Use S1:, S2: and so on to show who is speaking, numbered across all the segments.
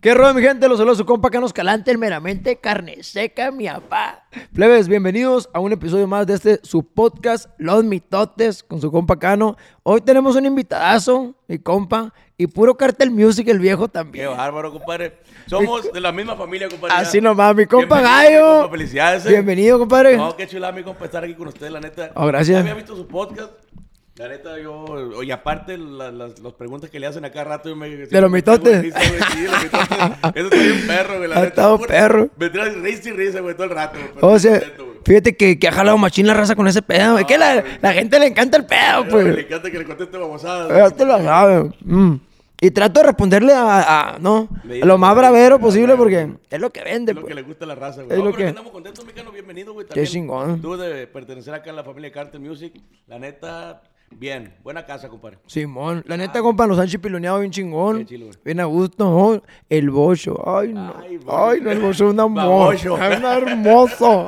S1: ¿Qué rollo, mi gente? Los saludos su compa Canos Calante, el meramente carne seca, mi papá. Plebes, bienvenidos a un episodio más de este, su podcast, Los Mitotes, con su compa Cano. Hoy tenemos un invitadazo, mi compa, y puro cartel music el viejo
S2: Qué
S1: también.
S2: bárbaro, compadre. Somos de la misma familia, compadre.
S1: Así
S2: Ya.
S1: nomás, mi compa
S2: Bienvenido,
S1: Gallo.
S2: compa, felicidades. eh.
S1: Bienvenido, compadre.
S2: No, qué chulada, mi compa, estar aquí con ustedes, la neta.
S1: Oh, gracias.
S2: Ya había visto su podcast. La neta, yo. Y aparte, la- las, las preguntas que le hacen a cada rato. Yo me,
S1: De los mitotes.
S2: Sí, güey, sí, de los mitotes. Eso está bien perro, güey. la
S1: Ha
S2: neta.
S1: estado
S2: Puro-
S1: perro. Oh,
S2: Me trae risa y risa, güey, todo el rato. güey, pero
S1: O sea,
S2: contento, güey.
S1: fíjate que, que ha jalado machín la raza con ese pedo. es que la, la gente le encanta el pedo,
S2: Le
S1: pues. eh,
S2: encanta que le conteste babosadas. güey.
S1: Ya te lo sabes. Mm. Y trato de responderle a, a- no,
S2: Le-
S1: a lo más bravero
S2: le-
S1: posible
S2: le-
S1: porque es lo que vende,
S2: Es lo que
S1: pues.
S2: le gusta a la raza,
S1: Es
S2: güey. No,
S1: lo
S2: pero
S1: que-
S2: que estamos contentos, Mecano. Bienvenido, güey. también.
S1: chingón.
S2: Tú de pertenecer acá a la familia Carter Music. La neta, bien. Buena casa, compadre.
S1: Simón, la neta, compa, nos han chipiloneado bien chingón.
S2: Ah. Qué chilo, güey.
S1: bien a gusto, ¿no? El bocho. Ay, no. Ay,
S2: Ay, bocho.
S1: no, el bocho es un amor. Es
S2: Babocho.
S1: un hermoso.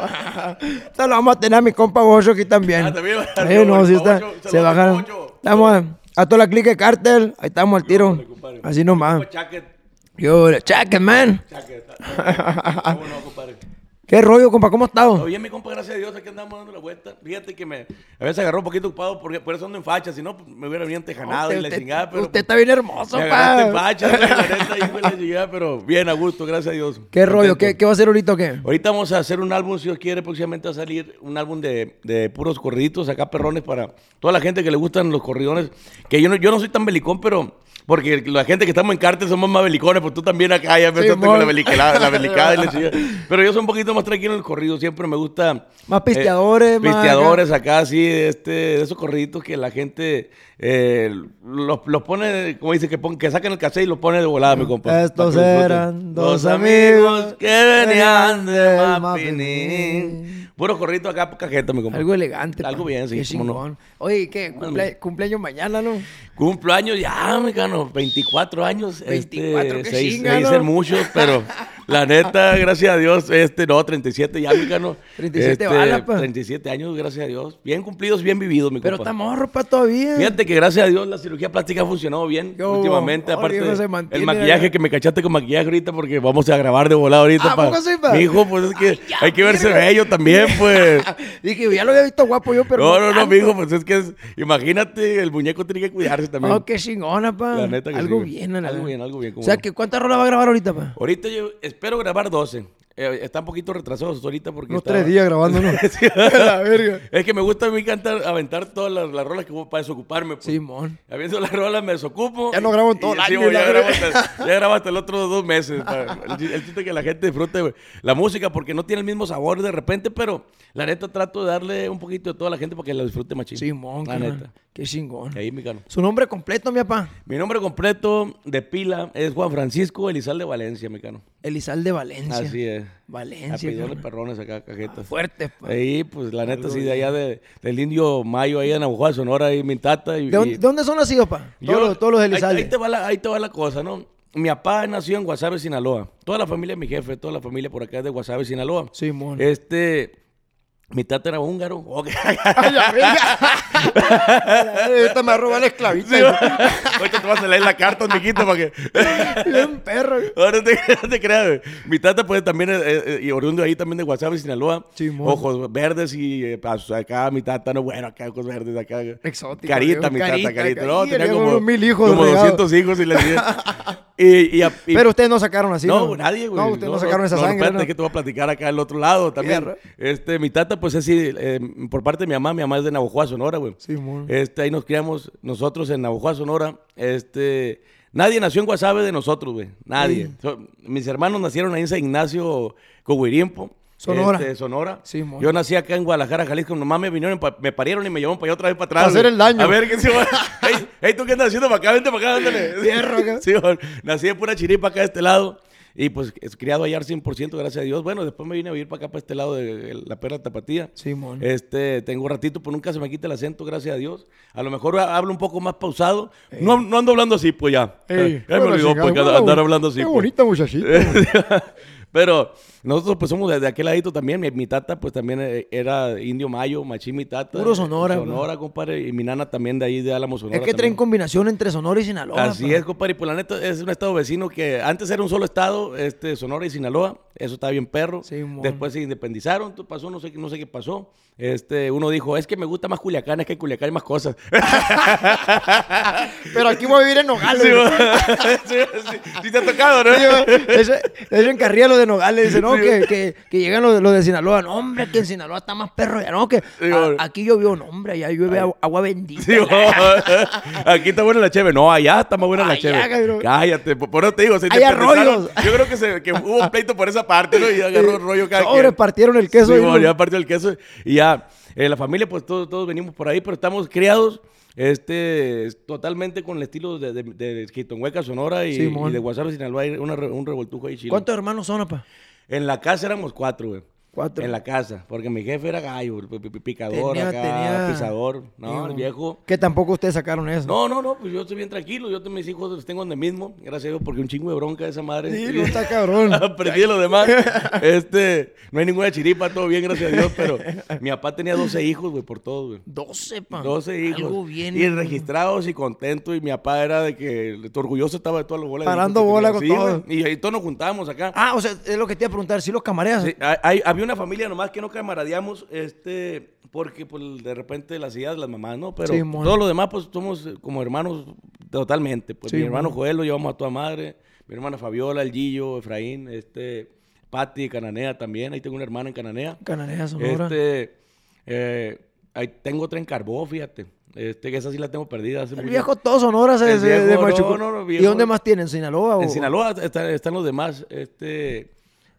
S1: Te lo vamos a tener a mi compa bocho aquí también.
S2: Ah, también va a
S1: Sí,
S2: estar
S1: no, sí
S2: Bocho.
S1: está.
S2: Saludos,
S1: Se bajaron.
S2: Bocho.
S1: Estamos a, a toda la clique de cártel. Ahí estamos al tiro.
S2: Órale, compadre.
S1: Así nomás.
S2: Compa, Chaquet.
S1: Yo, cheque, man.
S2: Chaquet. ¿Cómo no, compadre?
S1: ¿Qué rollo, compa? ¿Cómo has
S2: Todo
S1: estado?
S2: bien, mi compa, gracias a Dios, aquí andamos dando la vuelta. Fíjate que me... A veces agarró un poquito ocupado, porque por eso ando en facha. Si no, pues, me hubiera venido entejanado y la
S1: Usted-
S2: chingada, pero...
S1: usted está bien hermoso,
S2: me agarraste en
S1: pa.
S2: facha, güey, la neta, hijo de la chingada, pero bien, a gusto, gracias a Dios.
S1: ¿Qué rollo?
S2: Contento.
S1: ¿Qué, ¿Qué va a hacer ahorita o qué?
S2: Ahorita vamos a hacer un álbum, si Dios quiere, próximamente va a salir un álbum de, de puros corriditos, acá perrones para toda la gente que le gustan los corridones. Que yo no, yo no soy tan belicón, pero porque la gente que estamos en cártel somos más belicones, pues tú también acá ya empezaste
S1: mon.
S2: con la belicada, la belicada y la chingada. Pero yo soy un poquito más tranquilo en el corrido, siempre me gusta. eh,
S1: Más pisteadores, más acá.
S2: Pisteadores acá, sí, de este, de esos corriditos que la gente eh, los, los pone, como dice, que, pon- que sacan el cassette y los pone de volada, mi compa.
S1: Estos
S2: Para Pues, que lo
S1: eran
S2: disfruten.
S1: dos amigos
S2: que venían de
S1: del Mapinín.
S2: Mapinín. Puro corrito acá, poca gente, mi compa.
S1: Algo elegante.
S2: Algo
S1: pa.
S2: bien, sí,
S1: Qué
S2: cómo no.
S1: chingón. Oye, ¿qué? Cumple- cumpleaños mañana, ¿no?
S2: Cumpleaños ya, me gano, 24 años. Este,
S1: 24, qué
S2: se, dice-
S1: chinga,
S2: se
S1: ¿no?
S2: dicen muchos, pero la neta, gracias a Dios, este, no, 37 ya, mi Este, gano.
S1: 37 balas, pa.
S2: 37 años, gracias a Dios. Bien cumplidos, bien vividos, mi
S1: Pero
S2: compa.
S1: está morro pa todavía.
S2: Fíjate que gracias a Dios la cirugía plástica ha funcionado bien
S1: ¿Qué hubo?
S2: últimamente.
S1: Ahora
S2: Aparte,
S1: ya no se mantiene,
S2: el maquillaje
S1: ¿verdad?
S2: que me cachaste con maquillaje ahorita porque vamos a grabar de volada ahorita.
S1: ¿A
S2: pa-
S1: poco sí, pa?
S2: Hijo, pues es que
S1: ya,
S2: hay que verse
S1: verga.
S2: bello también, pues.
S1: Dije, ya lo había visto guapo yo, pero.
S2: no, no, no,
S1: tanto.
S2: mijo, pues es que es- imagínate, el muñeco tiene que cuidarse también.
S1: Oh, qué chingona, pa.
S2: La neta que
S1: algo
S2: sí, güey.
S1: bien, a la
S2: Algo
S1: vez.
S2: bien, algo bien,
S1: O
S2: cómo
S1: sea,
S2: no.
S1: que ¿cuántas rolas va a grabar ahorita, pa?
S2: Ahorita yo espero grabar 12. Eh, está un poquito retrasados ahorita porque.
S1: Unos
S2: estaba-
S1: tres días grabando, ¿no? la verga.
S2: Es que me gusta a mí cantar, aventar todas las, las rolas que voy para desocuparme. Pues.
S1: Simón.
S2: Habiendo las rolas me desocupo.
S1: Ya no grabo en todo el
S2: el
S1: año, la
S2: Ya
S1: verga.
S2: grabo, hasta, ya grabo hasta el otro dos meses. pa. El, chi- el chiste es que la gente disfrute güey, la música porque no tiene el mismo sabor de repente, pero la neta trato de darle un poquito de toda la gente para que la disfrute machín.
S1: Simón,
S2: La
S1: carnal.
S2: neta.
S1: Qué chingón.
S2: Y ahí me gano.
S1: Su nombre completo, mi papá.
S2: Mi nombre completo de pila es Juan Francisco Elizalde Valencia, me cano.
S1: Elizalde Valencia.
S2: Así es.
S1: Valencia.
S2: Apellidones
S1: carnal. Ah,
S2: perrones acá, cajetas.
S1: Fuerte, pa.
S2: Ahí, pues la neta, sí, de allá de- del indio Mayo, ahí en Abuja, Sonora, ahí mi tata. Y,
S1: ¿De dónde,
S2: y-
S1: de dónde son nacidos, pa? Todos,
S2: yo-
S1: los, todos los de
S2: ahí-
S1: Elizalde.
S2: Ahí, te va la, ahí te va la cosa, ¿no? Mi papá nació en Guasave, Sinaloa. Toda la familia de mi jefe, toda la familia por acá es de Guasave, Sinaloa.
S1: Simón.
S2: Este, mi tata era húngaro. Oh, qué-
S1: ¡Ay, la verga! Esta me va a robar la esclavita.
S2: Ahorita te vas a leer la carta, mijito, para que...
S1: Bien perro.
S2: Ahora te, no te creas, güey. Mi tata, pues, también, eh, eh, y oriundo ahí también de Guasave, Sinaloa.
S1: Simón.
S2: Ojos verdes y eh, pues, acá mi tata, no, bueno, acá ojos verdes, acá.
S1: Exótico,
S2: Carita,
S1: viejo,
S2: mi
S1: carita,
S2: tata, carita.
S1: carita.
S2: No,
S1: Y
S2: tenía
S1: luego
S2: como,
S1: unos mil hijos
S2: como
S1: regados.
S2: 200 hijos y la y, y, a- y-
S1: Pero ustedes no sacaron así, ¿no?
S2: no, nadie, güey.
S1: No, ustedes no, sacaron esa
S2: no,
S1: sangre,
S2: espérate,
S1: ¿no?
S2: que te voy a platicar acá al otro lado también.
S1: Fierro.
S2: Este, mi tata, pues así, eh, por parte de mi mamá, mi mamá es de Navajoa, Sonora, güey.
S1: Simón.
S2: Este, ahí nos criamos nosotros en Navajoa, Sonora. Este, nadie nació en Guasave de nosotros, güey. Nadie.
S1: Mm.
S2: So- mis hermanos nacieron ahí en San Ignacio, Coguirimpo.
S1: Sonora.
S2: Este, Sonora.
S1: Simón.
S2: Yo nací acá en Guadalajara, Jalisco. Nomás me vinieron, pa- me parieron y me llevaron para allá otra vez para atrás.
S1: Para hacer
S2: güey.
S1: el daño.
S2: A ver qué se va. Ey, ey, ¿tú qué andas haciendo para acá? Vente para acá, ándale.
S1: Fierro, acá.
S2: Sí, bueno, nací de pura chiripa acá de este lado. Y pues es criado allá al 100%, gracias a Dios. Bueno, después me vine a vivir para acá, para este lado de la perra tapatía.
S1: Simón.
S2: Este, tengo un ratito, pues nunca se me quita el acento, gracias a Dios. A lo mejor ha- hablo un poco más pausado. No, no ando hablando así, pues ya.
S1: Ey,
S2: ya me
S1: bueno,
S2: olvidó,
S1: chingada,
S2: pues,
S1: bueno,
S2: andar hablando así.
S1: Qué
S2: pues.
S1: bonita muchachita.
S2: Eh, Pero nosotros pues somos de, de aquel ladito también. Mi, mi tata pues también eh, era indio mayo, machín mi tata.
S1: Puro
S2: eh,
S1: Sonora, güey.
S2: Sonora, compadre. Y mi nana también de ahí de Álamo, Sonora.
S1: es que traen
S2: también.
S1: combinación entre Sonora y Sinaloa.
S2: Así es, compadre. Y pues la neta es un estado vecino que antes era un solo estado, este, Sonora y Sinaloa. Eso está bien perro.
S1: Simón.
S2: Después se independizaron, tú- pasó, no sé, qué- no sé qué pasó. Este, uno dijo, es que me gusta más Culiacán, es que en Culiacán hay más cosas.
S1: Pero aquí voy a vivir en Nogales.
S2: sí,
S1: güey.
S2: sí, sí, sí te ha tocado, ¿no?
S1: Eso, eso encarría los de Nogales. Dice, no,
S2: Sí.
S1: que, que- que llegan los, de- los de Sinaloa. No, hombre, que en Sinaloa está más perro. Ya no, que
S2: Sí,
S1: a-
S2: hombre.
S1: aquí llovió. No, hombre, allá llueve agu- agua bendita.
S2: Sí, bo. aquí está buena la cheve. No, allá está más buena la
S1: Allá,
S2: cheve.
S1: cabrón.
S2: Cállate, por por eso te digo. se
S1: Hay
S2: independizaron.
S1: arroyos.
S2: Yo creo que, se, que hubo un pleito por esa parte, ¿no? Y agarró rollo cada
S1: Sobre,
S2: quien.
S1: partieron el queso.
S2: Sí,
S1: y
S2: bueno,
S1: lo-
S2: ya partió el queso y ya. eh, la familia, pues todos, todos venimos por ahí, pero estamos criados este, totalmente con el estilo de, de, de Quitonhueca, Sonora y,
S1: Simón.
S2: y de Guasave, Sinaloa. Hay una re- un revoltujo ahí chilo.
S1: ¿Cuántos hermanos son, apa?
S2: En la casa éramos cuatro, güey.
S1: Cuatro.
S2: En la casa, porque mi jefe era gallo, pi- pi- pi- picador,
S1: Tenía-
S2: acá,
S1: tenía-
S2: pisador. No,
S1: Digo,
S2: el viejo.
S1: Que tampoco ustedes sacaron eso.
S2: No, no, no, pues yo estoy bien tranquilo. Yo te- mis hijos los tengo donde mismo, gracias a Dios, porque un chingo de bronca esa madre.
S1: Sí, no está cabrón.
S2: Aprendí de los demás. Este, no hay ninguna chiripa, todo bien, gracias a Dios, pero mi papá tenía 12 hijos, güey, por todo, güey.
S1: Doce, pa.
S2: 12 hijos.
S1: Ah, Algo bien.
S2: Y registrados y contentos. Y mi papá era de que orgulloso estaba de todas las bolas. de
S1: Parando
S2: hijos que
S1: bola
S2: tenía.
S1: con
S2: Sí,
S1: todo.
S2: güey, Y ahí todos nos juntábamos acá.
S1: Ah, o sea, es lo que te iba a preguntar. Si los camareas.
S2: Sí, hay- hay- había una familia nomás que no camaradeamos, este, porque pues, de repente las ideas de las mamás, ¿no? Pero
S1: Sí, mon.
S2: todos los demás, pues, somos eh, como hermanos totalmente. Pues
S1: Sí,
S2: mi hermano
S1: mon.
S2: Joel lo llevamos a toda madre, mi hermana Fabiola, el Gillo, Efraín, este, Patti, Cananea también. Ahí tengo una hermana en Cananea.
S1: Canareas, Sonora.
S2: Este, eh, ahí tengo otra en Carbó, fíjate. Este, que esa sí la tengo perdida. Hace
S1: el
S2: mucho-
S1: viejo todo Sonora se,
S2: El
S1: se- de
S2: viejo, no,
S1: Machuco.
S2: no, no,
S1: ¿Y
S2: viejo.
S1: dónde más tienen? ¿Sinaloa? o-
S2: En Sinaloa está- están los demás. Este,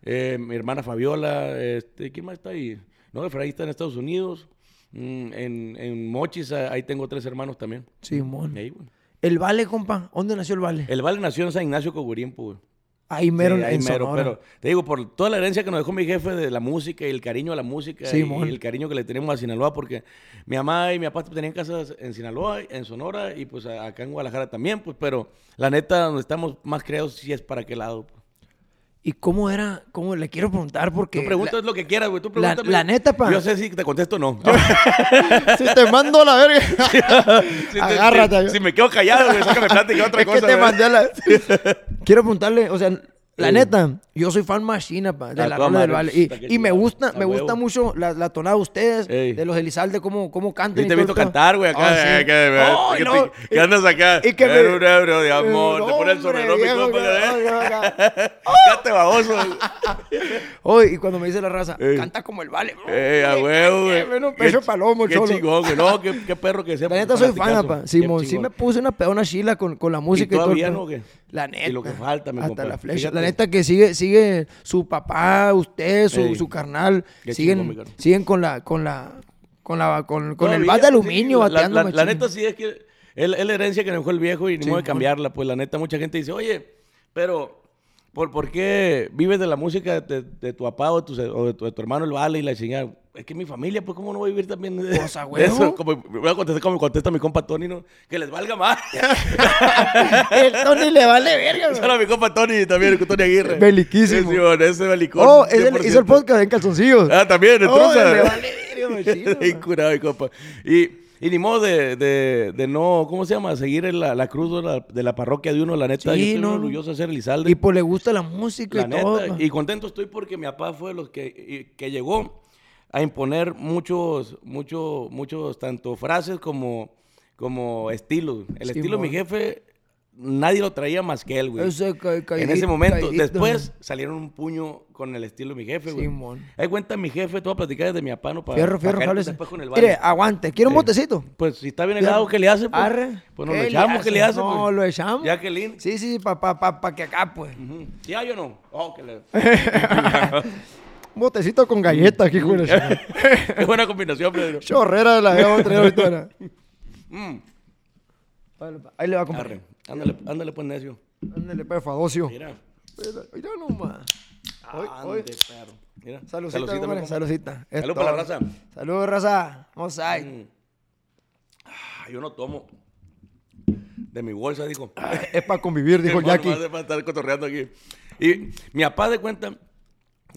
S2: eh, mi hermana Fabiola, este, ¿quién más está ahí? No, Efraín está en Estados Unidos. Mm, en, en Mochis, ah, ahí tengo tres hermanos también.
S1: Simón.
S2: Y ahí, güey.
S1: El Vale, compa. ¿Dónde nació el Vale?
S2: El Vale nació en San Ignacio Cogurimpo, güey.
S1: Ahí mero,
S2: Sí, ahí
S1: en
S2: mero,
S1: Sonora.
S2: pero te digo, por toda la herencia que nos dejó mi jefe de la música y el cariño a la música y-
S1: Simón.
S2: y el cariño que le tenemos a Sinaloa, porque mi mamá y mi papá tenían casas en Sinaloa, en Sonora y pues a- acá en Guadalajara también, pues, pero la neta, donde estamos más creados, sí es para qué lado. pues.
S1: ¿Y cómo era? ¿Cómo? Le quiero preguntar porque...
S2: Tú preguntas lo que quieras, güey. Tú
S1: Eh, la-
S2: pregúntame.
S1: la neta, pa.
S2: Yo sé si te contesto o no.
S1: Si te mando a la verga.
S2: Si te-
S1: Agárrate.
S2: Si, si me quedo callado, güey, sácame plática otra
S1: es
S2: cosa.
S1: que te
S2: güey.
S1: mandé a la... Quiero preguntarle, o sea, la
S2: Sí.
S1: neta, yo soy fan machina, pa, de
S2: Ah,
S1: la
S2: toda
S1: rola del
S2: madre.
S1: Vale. Y,
S2: Está que
S1: y me
S2: chingada.
S1: gusta,
S2: A
S1: me gusta
S2: huevo.
S1: mucho la, la tonada de ustedes,
S2: Ey.
S1: de los Elizalde, cómo, cómo cantan.
S2: Sí, te he
S1: todo
S2: visto
S1: el pedo.
S2: cantar, güey, acá.
S1: Ah, sí.
S2: eh, que,
S1: Ay,
S2: que
S1: no.
S2: te- que andas acá.
S1: Y que me-
S2: Era un euro de amor. te pone el
S1: Hombre,
S2: sombrero, mi
S1: viejo,
S2: compa,
S1: no,
S2: ¿eh?
S1: no, no, no.
S2: Cállate, baboso.
S1: Oye, Oh, y cuando me dice la raza,
S2: Ey.
S1: canta como el vale. bro.
S2: Eh, a huevo, güey.
S1: Bueno,
S2: Qué
S1: pecho
S2: ch-
S1: palomo,
S2: Qué
S1: cholo.
S2: chingón, güey. No, qué, qué perro que sea.
S1: La neta soy fan,
S2: fanaticazo.
S1: apa.
S2: Qué
S1: Simón, sí
S2: chingón.
S1: me puse una peona chila con, con la música y, todo. el
S2: todavía
S1: pedo.
S2: no, qué?
S1: La neta.
S2: Y lo que falta, mi
S1: Hasta
S2: compa.
S1: la flecha.
S2: Fíjate.
S1: La neta que sigue, sigue su papá, usted, su,
S2: Ey.
S1: su carnal.
S2: Qué
S1: siguen,
S2: chingón, mi carnal.
S1: siguen con la, con la, con la, con, con el
S2: Todavía,
S1: bat de
S2: sí,
S1: aluminio
S2: la- la-
S1: bateando.
S2: la, la
S1: machín.
S2: neta sí es que es es la herencia que nos dejó el viejo y ni
S1: Sí,
S2: modo de
S1: mon.
S2: cambiarla. Pues la neta, mucha gente dice, oye, pero ¿por, por qué vives de la música de, de tu papá o, de tu- o de, tu, de tu hermano el vale y la chingada? Es que mi familia, pues, ¿cómo no voy a vivir también de,
S1: Pues, a
S2: de
S1: huevo.
S2: eso? Como, voy a contestar como contesta mi compa Tony, ¿no? Que les valga más.
S1: El Tony le vale verga, güey.
S2: Solo a mi compa Tony también, Tony Aguirre.
S1: Beliquísimo.
S2: Sí, mon, ese belicón.
S1: Oh, es el- hizo el
S2: 100%.
S1: podcast en calzoncillos.
S2: Ah, también,
S1: Oh,
S2: entonces.
S1: le vale verga, machín,
S2: Bien
S1: güey.
S2: curado, mi compa. Y, y ni modo de, de, de no, ¿cómo se llama? Seguir en la, la cruz de la, de la parroquia de uno, la neta.
S1: Sí,
S2: yo estoy
S1: no,
S2: muy
S1: no.
S2: orgulloso de ser Elizalde.
S1: Y pues le gusta la música
S2: la
S1: y
S2: neta.
S1: todo. pa.
S2: Y contento estoy porque mi papá fue los que, y- que llegó a imponer muchos, muchos, muchos, tanto frases como, como estilos. El
S1: Sí,
S2: estilo de
S1: mon.
S2: mi jefe, nadie lo traía más que él, güey.
S1: Ese ca-
S2: En
S1: caidito,
S2: ese momento.
S1: caidito.
S2: Después salieron un puño con el estilo de mi jefe, güey.
S1: Simón.
S2: Ahí cuenta mi jefe, tú vas a platicar desde mi papá, ¿no? Para,
S1: Fierro, fierro,
S2: caer
S1: jálese.
S2: después con el
S1: Mire,
S2: vale.
S1: aguante. ¿Quiere un
S2: Sí.
S1: botecito?
S2: Pues si está bien helado, ¿qué le hace? Pues,
S1: Arre.
S2: pues nos lo echamos, ¿qué le hace?
S1: No,
S2: pues?
S1: lo echamos.
S2: Jacqueline.
S1: Sí, sí, para pa, pa, pa que acá, pues.
S2: Ujú. ¿Sí hay o no? Oh, que le...
S1: Un botecito con galletas, hijo de la chingada.
S2: Qué buena combinación, Pedro.
S1: Chorrera de la que vamos a traer ahorita. ¿verdad?
S2: Mm.
S1: Vale, pa. Ahí le va a
S2: Arre.
S1: comprar.
S2: Ándale, ándale pues, necio.
S1: Ándale, pues, Fadocio.
S2: Mira.
S1: Mira nomás. Hoy, hoy.
S2: Ande, perro. Mira.
S1: Saludcita,
S2: Saludcita, mi
S1: compadre,
S2: compa.
S1: saludcita. Es
S2: Salud para la
S1: todo.
S2: raza. Mm.
S1: Saludos, raza. Vamos ahí.
S2: Ah, yo no tomo. De mi bolsa, dijo.
S1: Es para convivir, dijo
S2: Hermano,
S1: Jackie.
S2: más de para estar cotorreando aquí. Y mi papá de cuenta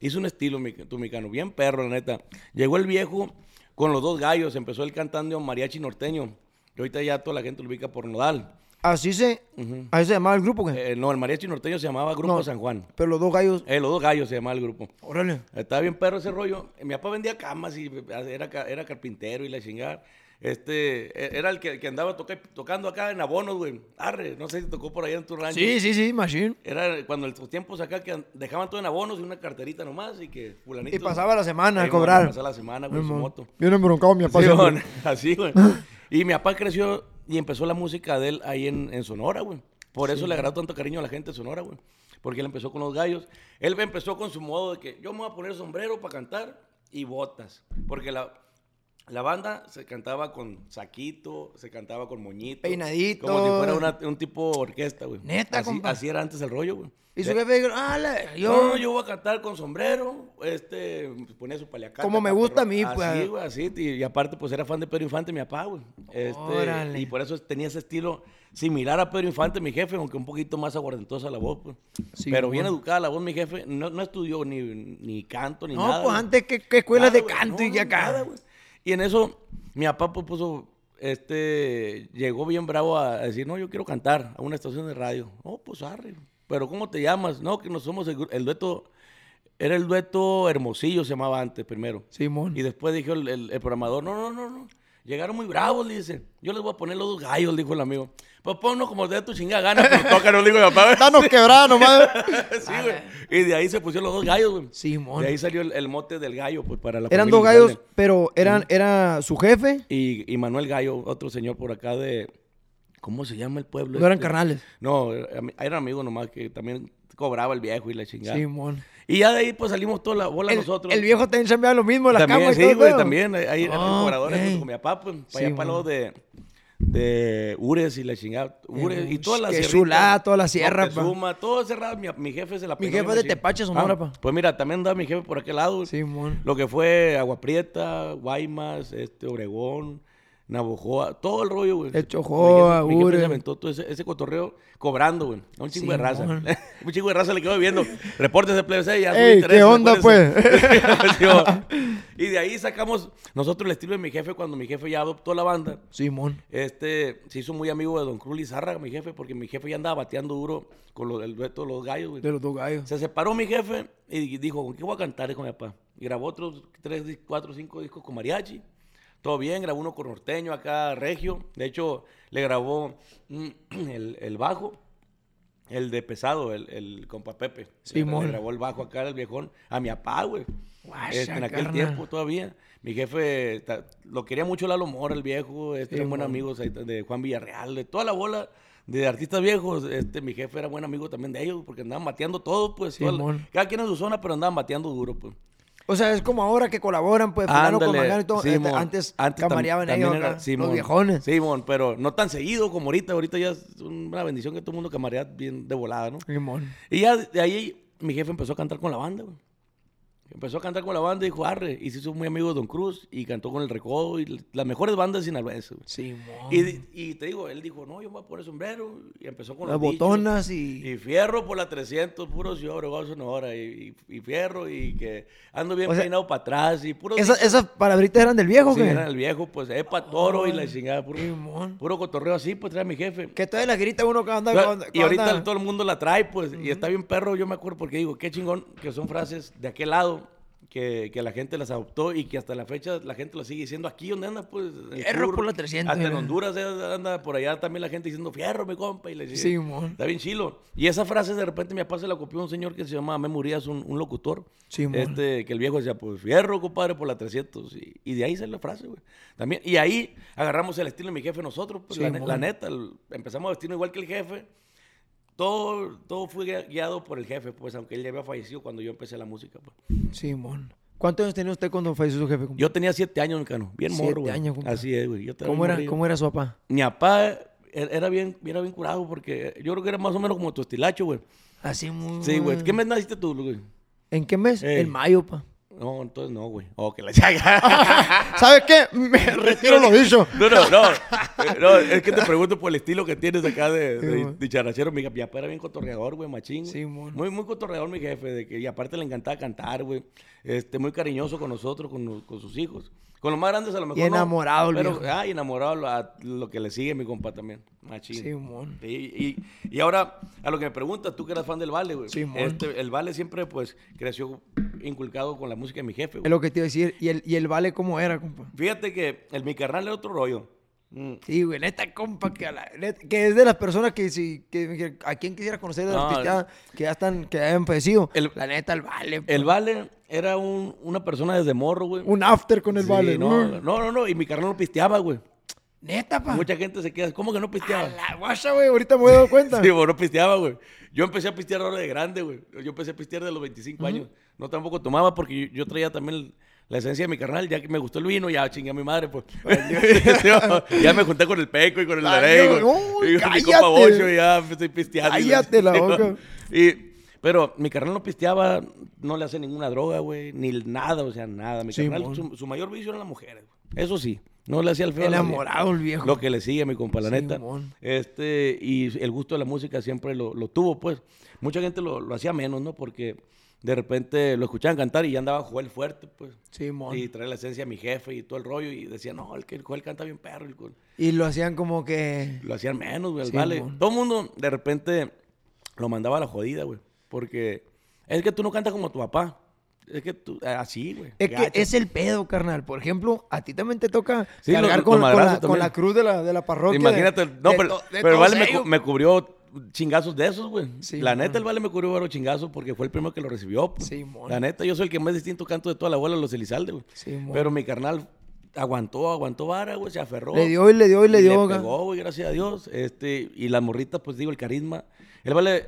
S2: Hizo un estilo, mi- tu micano, bien perro, la neta. Llegó el viejo con los dos gallos, empezó él cantando mariachi norteño. Que ahorita ya toda la gente lo ubica por nodal.
S1: Así se, así se llamaba el grupo, güey.
S2: Eh, no, el mariachi norteño se llamaba Grupo
S1: No.
S2: San Juan.
S1: Pero los dos gallos,
S2: Eh, los dos gallos se llamaba el grupo.
S1: órale.
S2: Estaba bien perro ese rollo. Mi papá vendía camas y era, ca- era carpintero y la chingada. Este, e- era el que, el que andaba toca- tocando acá en abonos, güey. Arre, no sé si tocó por allá en tu rancho.
S1: Sí, sí, sí, machine.
S2: Era cuando en sus tiempos acá que an- dejaban todo en abonos y una carterita nomás y que fulanito.
S1: Y pasaba la semana a
S2: Simón,
S1: cobrar.
S2: Pasaba la semana con su moto.
S1: Bien embroncado mi papá.
S2: Sí,
S1: siempre.
S2: mon, así, güey. Y mi papá creció y empezó la música de él ahí en, en Sonora, güey. Por eso le agarró tanto cariño a la gente de Sonora, güey. Porque él empezó con los gallos. Él empezó con su modo de que yo me voy a poner sombrero para cantar y botas. Porque la, la banda se cantaba con saquito, se cantaba con moñito.
S1: Peinadito.
S2: Como si fuera una- un tipo orquesta, güey.
S1: Neta,
S2: así,
S1: compa.
S2: así era antes el rollo, güey.
S1: Y su
S2: De-
S1: jefe dijo, ah, la- yo,
S2: yo, Eh. yo voy a cantar con sombrero, este, ponía su paliacata.
S1: Como me gusta a mí, pues.
S2: Así, güey, así. Y, y aparte, pues era fan de Pedro Infante, mi papá, güey. Este,
S1: Órale.
S2: Y por eso tenía ese estilo similar a Pedro Infante, mi jefe, aunque un poquito más aguardentosa la voz, pues.
S1: Sí,
S2: Pero bien
S1: bueno.
S2: educada la voz, mi jefe. No, no estudió ni, ni canto, ni
S1: No,
S2: nada.
S1: pues
S2: güey.
S1: antes que, que escuelas de
S2: Nada, güey.
S1: canto
S2: No,
S1: y ya
S2: no,
S1: acá.
S2: nada, güey. Y en eso, mi papá pues, puso, este, llegó bien bravo a, a decir, no, yo quiero cantar a una estación de radio. No, pues arre. Pero ¿cómo te llamas? No, que nos somos el, gru- el dueto, era el dueto Hermosillo, se llamaba antes primero.
S1: Simón.
S2: Y después dijo el, el- el programador, no, no, no, no. Llegaron muy bravos, le dice. Yo les voy a poner los dos gallos, dijo el amigo. Pues ponnos como de tu chingada gana, pues, pero tócanos, dijo mi papá.
S1: Danos quebrada nomás.
S2: Sí, güey. Y de ahí se pusieron los dos gallos, güey.
S1: Simón.
S2: De ahí salió el, el mote del gallo, pues para la
S1: Eran
S2: familia
S1: dos gallos,
S2: Infante.
S1: pero eran, era su jefe,
S2: Y, y Manuel Gallo, otro señor por acá de. ¿Cómo se llama el pueblo?
S1: no eran
S2: este?
S1: carnales.
S2: No, era era amigo nomás que también cobraba el viejo y la chingada.
S1: Simón.
S2: Y ya de ahí pues salimos toda la bola
S1: El,
S2: nosotros.
S1: el viejo también chambeaba lo mismo, las
S2: también,
S1: camas y
S2: sí,
S1: todo.
S2: güey,
S1: ¿no?
S2: también. Ahí ahí eran
S1: Ah,
S2: cobradores
S1: ok.
S2: junto con mi papá, pues, para
S1: Sí,
S2: allá para
S1: mon.
S2: los de, de Ures y la chingada. Ures y todas las
S1: Qué
S2: sierritas.
S1: chulada, Eh, toda la sierra, pa.
S2: Moctezuma, todo cerrado. Mi, mi jefe se la
S1: Mi
S2: peló
S1: jefe
S2: bien
S1: es de
S2: machín.
S1: Tepache, Sonora, pa.
S2: Pues mira, también andaba mi jefe por aquel lado. güey.
S1: Simón.
S2: Lo que fue Agua Prieta, Guaymas, este, Obregón, Navojoa, todo el rollo, güey.
S1: El Chojoa,
S2: Mi jefe- mi jefe
S1: Ure.
S2: se aventó todo ese, ese cotorreo cobrando, güey. A un chingo de raza.
S1: Simón.
S2: un chingo de raza le quedó viendo. Reportes de PLC, ya.
S1: Ey, ¿qué onda,
S2: pues? y de ahí sacamos nosotros el estilo de mi jefe cuando mi jefe ya adoptó la banda.
S1: Simón.
S2: Este se hizo muy amigo de Don Cruz Lizárraga, mi jefe, porque mi jefe ya andaba bateando duro con lo- el dueto de los gallos, güey.
S1: De los dos gallos.
S2: Se separó mi jefe y dijo, ¿con qué voy a cantar con mi papá? Y grabó otros tres, dis- cuatro, cinco discos con mariachi. Todo bien, grabó uno con norteño acá, regio. De hecho, le grabó mm, el, el bajo, el de pesado, el, el compa Pepe.
S1: Simón.
S2: Le grabó el bajo acá, el viejón, a mi papá, güey.
S1: Guacha,
S2: Este, en aquel
S1: carnal.
S2: tiempo todavía. Mi jefe ta- lo quería mucho Lalo Mora, el viejo. Este era buen amigo ahí ta- de Juan Villarreal, de toda la bola de artistas viejos. Este, mi jefe era buen amigo también de ellos, porque andaban bateando todo, pues. toda la-
S1: Simón.
S2: cada quien en su zona, pero andaban bateando duro, pues.
S1: O sea, es como ahora que colaboran, pues, fulano con
S2: Ándale,
S1: mangano y todo.
S2: sí,
S1: Este,
S2: mon.
S1: antes,
S2: tam-
S1: camareaban
S2: también
S1: ellos
S2: era-
S1: acá,
S2: sí,
S1: los
S2: mon.
S1: viejones.
S2: Sí, mon, pero no tan seguido como ahorita. Ahorita ya es una bendición que todo el mundo camarea bien de volada, ¿no?
S1: Simón.
S2: Y ya de ahí mi jefe empezó a cantar con la banda, güey. Empezó a cantar con la banda y dijo, arre, y se hizo muy amigo de Don Cruz y cantó con El Recodo y l- las mejores bandas sinaloenses, güey.
S1: Simón.
S2: Y, di- y te digo, él dijo, no, yo me voy a poner sombrero y empezó con
S1: Las
S2: los dichos.
S1: botonas y...
S2: Y fierro por la 300, puro yo, Obregón, Sonora, y, y, y fierro y que ando bien
S1: O sea,
S2: peinado para atrás y puro...
S1: Esas, esas palabritas eran del viejo,
S2: Sí,
S1: güey. Ah.
S2: era el viejo, pues, epa, toro y la chingada, puro,
S1: Simón.
S2: puro cotorreo así, pues, trae mi jefe.
S1: Que todavía la grita uno que anda...
S2: Yo-
S1: cuando-
S2: y
S1: cuando
S2: ahorita
S1: anda-
S2: todo el mundo la trae, pues, y está bien perro, yo me acuerdo porque digo, qué chingón que son frases de aquel lado que, que la gente las adoptó y que hasta la fecha la gente lo sigue diciendo aquí donde anda, pues. en
S1: Fierro
S2: Sur,
S1: por la 300,
S2: Hasta en
S1: eh.
S2: Honduras eh, anda por allá también la gente diciendo fierro, mi compa, y le dice,
S1: Simón.
S2: Está bien chilo. Y esa frase de repente mi papá se la copió a un señor que se llama Memorías, un, un locutor.
S1: Simón.
S2: Este, que el viejo decía, pues fierro, compadre, por la 300. Y, y de ahí sale la frase, güey. También, y ahí agarramos el estilo de mi jefe nosotros, pues, la, ne-
S1: Simón.
S2: la neta. el- empezamos a vestirnos igual que el jefe. Todo, todo fue gui- guiado por el jefe, pues, aunque él ya había fallecido cuando yo empecé la música. pues.
S1: Simón. ¿Cuántos años tenía usted cuando falleció su jefe? compa?
S2: Yo tenía siete años, Cano. Bien
S1: Siete
S2: morro, güey.
S1: años, compa.
S2: Así es, güey. Yo estaba
S1: ¿Cómo
S2: bien
S1: era,
S2: morrillo.
S1: ¿Cómo era su papá?
S2: Mi papá er- era bien, era bien curado porque yo creo que era más o menos como tu estilacho, güey.
S1: Así muy...
S2: Sí, güey. ¿Qué mes naciste tú, güey?
S1: Ah, ¿En qué mes?
S2: Ey.
S1: En mayo, pa.
S2: No, entonces no, güey. Oh, que la chaga.
S3: ¿Sabes qué? Me retiro lo dicho.
S2: No, no, no, No, Es que te pregunto por el estilo que tienes acá de, de, de charrachero. Mi papá era bien cotorreador, güey, machín.
S1: Sí, mon.
S2: muy, muy cotorreador mi jefe. De que, y aparte le encantaba cantar, güey. Este, muy cariñoso con nosotros, con, los- con sus hijos. Con los más grandes a lo mejor. no,
S1: enamorado el
S2: pero,
S1: viejo.
S2: Ah, y enamorado lo- a lo que le sigue mi compa también. Machín.
S1: Sí, mon.
S2: Sí, Y, y, ahora, a lo que me preguntas, tú que eras fan del Vale, güey.
S1: Sí, mon.
S2: Este, el Vale siempre, pues, creció inculcado con la música de mi jefe, güey.
S1: Es lo que te iba a decir. ¿Y el, y el vale cómo era, compa?
S2: Fíjate que el mi carnal era otro rollo. Mm.
S1: Sí, güey, neta, compa, que, a la- neta, que es de las personas que si que, me dijeron, a quien quisiera conocer de la
S2: No,
S1: artista que ya están, que ya han fallecido.
S2: El-
S1: la neta, el vale.
S2: El Vale era un- una persona desde morro, güey.
S1: un after con el
S2: Sí,
S1: vale.
S2: No,
S1: güey.
S2: no, no, no, Y mi carnal no pisteaba, güey.
S1: Neta, pa.
S2: Mucha gente se queda. ¿Cómo que no
S1: A
S2: pisteaba?
S1: la guasa, güey, ahorita me he dado cuenta.
S2: Sí, güey, no pisteaba, güey. Yo empecé a pistear ahora de grande, güey. Yo empecé a pistear de los 25 años. No tampoco tomaba porque yo, yo traía también el- la esencia de mi carnal. Ya que me gustó el vino, ya chingué a mi madre, pues. Sí, güey. ya me junté con el peco y con el
S1: Ay,
S2: narego.
S1: no,
S2: y con mi
S1: cállate.
S2: compa Bocho, ya estoy pisteando.
S1: Cállate la
S2: Sí, güey.
S1: boca.
S2: Y, pero mi carnal no pisteaba, no le hace ninguna droga, güey. Ni nada, o sea, nada. Mi
S1: Sí, mon.
S2: carnal, su, su mayor vicio eran las mujeres, güey. Eso sí. No le hacía el feo. a las viejas.
S1: Enamorado el viejo.
S2: Lo que le sigue a mi compa, la
S1: Sí,
S2: neta.
S1: mon.
S2: Este, y el gusto de la música siempre lo, lo tuvo, pues. Mucha gente lo, lo hacía menos, ¿no? Porque de repente lo escuchaban cantar y ya andaba Joel fuerte, pues.
S1: Sí, mon.
S2: Y trae la esencia a mi jefe y todo el rollo. Y decía, no, el que el Joel canta bien perro. el Joel".
S1: Y lo hacían como que.
S2: Lo hacían menos, güey. al
S1: Sí,
S2: vale.
S1: mon.
S2: Todo el mundo de repente lo mandaba a la jodida, güey. Porque es que tú no cantas como tu papá. Es que tú, así, güey.
S1: Es que
S2: gacho.
S1: es el pedo, carnal. Por ejemplo, a ti también te toca
S2: Sí,
S1: cargar
S2: los-
S1: con, con
S2: los
S1: la,
S2: madrazos
S1: con la
S2: también.
S1: cruz de la, de la parroquia. de-
S2: Imagínate, no,
S1: de
S2: pero,
S1: to- de
S2: pero el
S1: todos
S2: Vale me,
S1: ellos.
S2: cu- me cubrió chingazos de esos, güey.
S1: Sí,
S2: la
S1: mon.
S2: neta, el Vale me cubrió varios chingazos porque fue el primero que lo recibió. pues.
S1: Sí, mon.
S2: la neta, yo soy el que más distinto canto de toda la abuela de los Elizalde, güey.
S1: Sí, mon.
S2: pero mi carnal aguantó, aguantó vara, güey, se aferró.
S1: Le dio y le dio y le dio.
S2: Le
S1: ga-
S2: pegó, güey, gracias a Dios. Este, y las morritas, pues digo, el carisma. El Vale,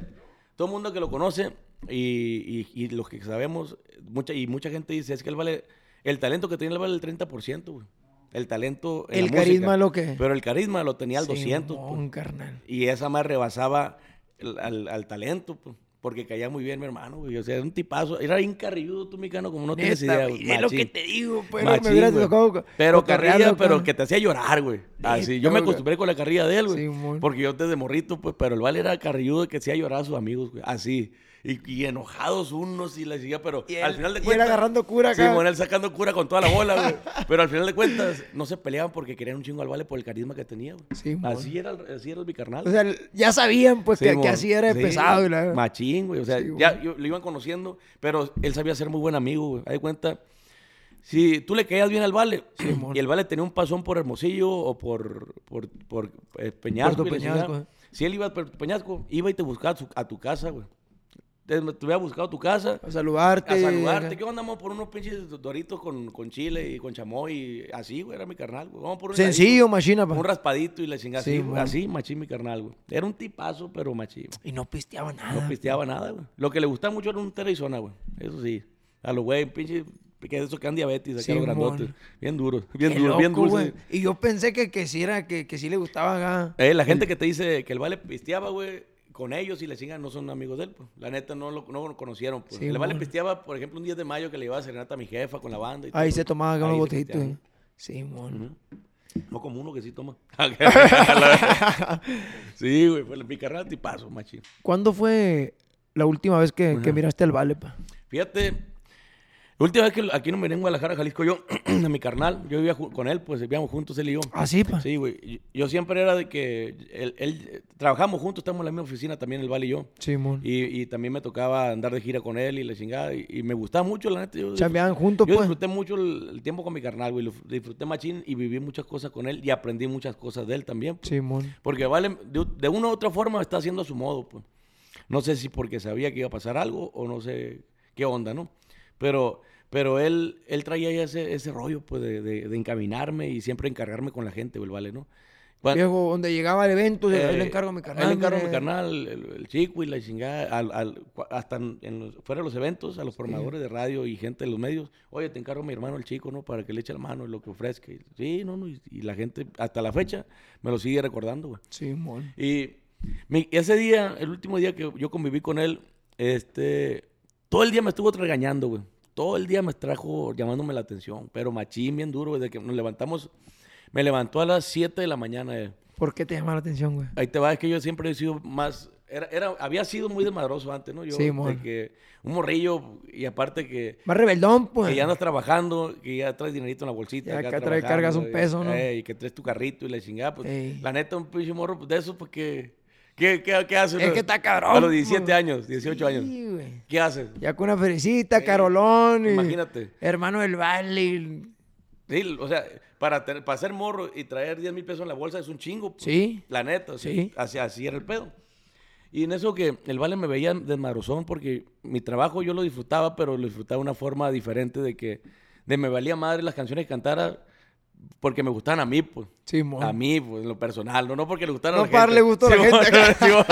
S2: todo el mundo que lo conoce y, y- y los que sabemos, mucha, y mucha gente dice, es que el Vale, el talento que tenía el Vale, el 30%, güey. El talento. en
S1: El
S2: la música.
S1: carisma, lo que-
S2: Pero el carisma lo tenía al 200. pues.
S1: Simón, carnal.
S2: Y esa más rebasaba el- al, al talento, pues, porque caía muy bien mi hermano, güey. O sea, era un tipazo. Era bien carrilludo tú, mexicano, como no tienes
S1: Neta,
S2: idea, güey.
S1: güey, es lo
S2: Machín.
S1: que te digo, pero pues, me
S2: Machín,
S1: hubiera
S2: güey.
S1: tocado.
S2: Pero
S1: tocarrearlo,
S2: carrilla, pero
S1: carnal.
S2: que te hacía llorar, güey. Así,
S1: Neta,
S2: yo me
S1: güey.
S2: acostumbré con la carrilla de él, güey.
S1: Simón.
S2: porque yo desde morrito, pues, pero el Vale era carrilludo que hacía llorar a sus amigos, güey. Así. Y, y enojados unos y la chica, pero
S1: Y
S2: al
S1: él-
S2: final
S1: y
S2: de
S1: él
S2: cuentas.
S1: agarrando cura acá.
S2: Simón, él sacando cura con toda la bola, güey. Pero al final de cuentas, no se peleaban porque querían un chingo al Vale por el carisma que tenía, güey.
S1: Simón.
S2: Así era, el- así era el bicarnal.
S1: O sea, ya sabían, pues,
S2: Sí,
S1: que, que
S2: mon.
S1: así era de
S2: Sí,
S1: pesado. y la-
S2: Machín, güey. O sea,
S1: Sí, güey.
S2: ya yo- lo iban conociendo, pero él sabía ser muy buen amigo, güey. Haz de cuenta. Si tú le caías bien al Vale,
S1: mon.
S2: y el Vale tenía un pasón por Hermosillo o por, por, por, eh, Peñasco.
S1: Puerto
S2: y la
S1: Peñasco,
S2: chingada,
S1: eh.
S2: Si él iba por Peñasco, iba y te buscaba a, su- a tu casa, güey. Te, te había buscado a tu casa.
S1: A saludarte.
S2: A saludarte. ¿Qué onda? Vamos por unos pinches doritos con, con chile y con chamoy. Y así, güey, era mi carnal, güey. Vamos por un heladito,
S1: Sencillo, machina, pues. pa.
S2: Un raspadito y la chingada.
S1: Sí,
S2: así, güey.
S1: mon.
S2: así, machín, mi carnal, güey. Era un tipazo, pero machín.
S1: Y no pisteaba nada.
S2: No pisteaba nada, güey. Lo que le gustaba mucho era un Terizona, güey. Eso sí. A los güey, pinche, que de esos que dan diabetes, acá los
S1: Simón.
S2: grandotes. Bien duros, bien
S1: Qué
S2: duros, bien
S1: loco,
S2: dulces.
S1: güey. Y yo pensé que, que sí era, que, que sí le gustaba acá.
S2: Eh, la gente que te dice que el vale pisteaba, güey, con ellos y la chingan no son amigos de él, pues. La neta no lo, no lo conocieron, pues.
S1: Simón.
S2: el vale pisteaba, por ejemplo, un 10 de mayo que le iba a serenata a mi jefa con la banda. Y
S1: Ahí
S2: todo.
S1: se tomaba acá unos
S2: Ahí se
S1: botellitos.
S2: pisteaba.
S1: Sí, mon.
S2: No como uno que sí toma. sí, güey, pues mi carnal tipazo, machín.
S1: ¿Cuándo fue la última vez que, que miraste al vale, pa?
S2: Fíjate, la última vez que aquí no me vine en Guadalajara, Jalisco, yo, a mi carnal, yo vivía ju- con él, pues vivíamos juntos él y yo.
S1: Ah, sí, pa.
S2: Sí, güey. Yo, yo siempre era de que él, él- trabajamos juntos, estamos en la misma oficina también, el Vale y yo.
S1: Sí, mon.
S2: Y, y también me tocaba andar de gira con él y la chingada. Y, y me gustaba mucho, la neta. Yo,
S1: Chambeaban juntos,
S2: yo
S1: pues.
S2: disfruté mucho el, el tiempo con mi carnal, güey. Lo disfruté machín y viví muchas cosas con él y aprendí muchas cosas de él también. pues.
S1: Sí, mon.
S2: Porque Vale, de, de una u otra forma, está haciendo a su modo, pues. No sé si porque sabía que iba a pasar algo o no sé qué onda, ¿no? Pero, pero él, él traía ya ese, ese rollo, pues, de, de- de encaminarme y siempre encargarme con la gente, el Vale, ¿no? Cuan-
S1: Viejo, donde llegaba el evento, yo
S2: eh,
S1: le encargo a mi carnal.
S2: ahí le encargo a mi
S1: mire.
S2: carnal, el, el chico y la chingada, al- al- cua- hasta en- en los- fuera de los eventos, a los formadores de radio y gente de los medios. Oye, te encargo a mi hermano, el chico, ¿no? Para que le eche la mano, lo que ofrezca. Y, sí, no, no. Y, y la gente, hasta la fecha, me lo sigue recordando, güey.
S1: Sí, mon.
S2: Y mi- ese día, el último día que yo conviví con él, este, todo el día me estuvo regañando, güey. todo el día me trajo llamándome la atención, pero machín bien duro desde que nos levantamos. Me levantó a las 7 de la mañana. él.
S1: ¿Por qué te llama la atención, güey?
S2: Ahí te va, es que yo siempre he sido más. Era, era, había sido muy desmadroso antes, ¿no? Yo,
S1: Sí,
S2: de
S1: mon.
S2: que un morrillo, y aparte que,
S1: Más rebeldón,
S2: que
S1: pues.
S2: ya andas trabajando, que ya traes dinerito en la bolsita.
S1: Ya
S2: acá
S1: acá trae-
S2: trabajando,
S1: cargas un
S2: y-
S1: peso, ¿no?
S2: eh, y que traes tu carrito y la chingada. Pues,
S1: Ey.
S2: la neta, un pinche morro pues, de eso, pues que. ¿Qué, qué, qué haces?
S1: Es
S2: no?
S1: que está cabrón,
S2: A los 17
S1: pues.
S2: años, 18 años.
S1: Sí, güey.
S2: ¿Qué haces?
S1: Ya con una felicita, Carolón. y
S2: Imagínate.
S1: Hermano del baile.
S2: Sí, o sea, para, tener- para ser morro y traer 10 mil pesos en la bolsa es un chingo. pues.
S1: Sí.
S2: La neta,
S1: Sí.
S2: sí. Así, así era el pedo. Y en eso que el vale me veía desmadrozón porque mi trabajo yo lo disfrutaba, pero lo disfrutaba de una forma diferente de que de me valía madre las canciones que cantara porque me gustaban a mí, pues.
S1: Sí,
S2: A mí, pues, en lo personal, no, no porque le gustaran
S1: No
S2: a la
S1: para darle gusto a la
S2: Simón,
S1: gente.
S2: Simón.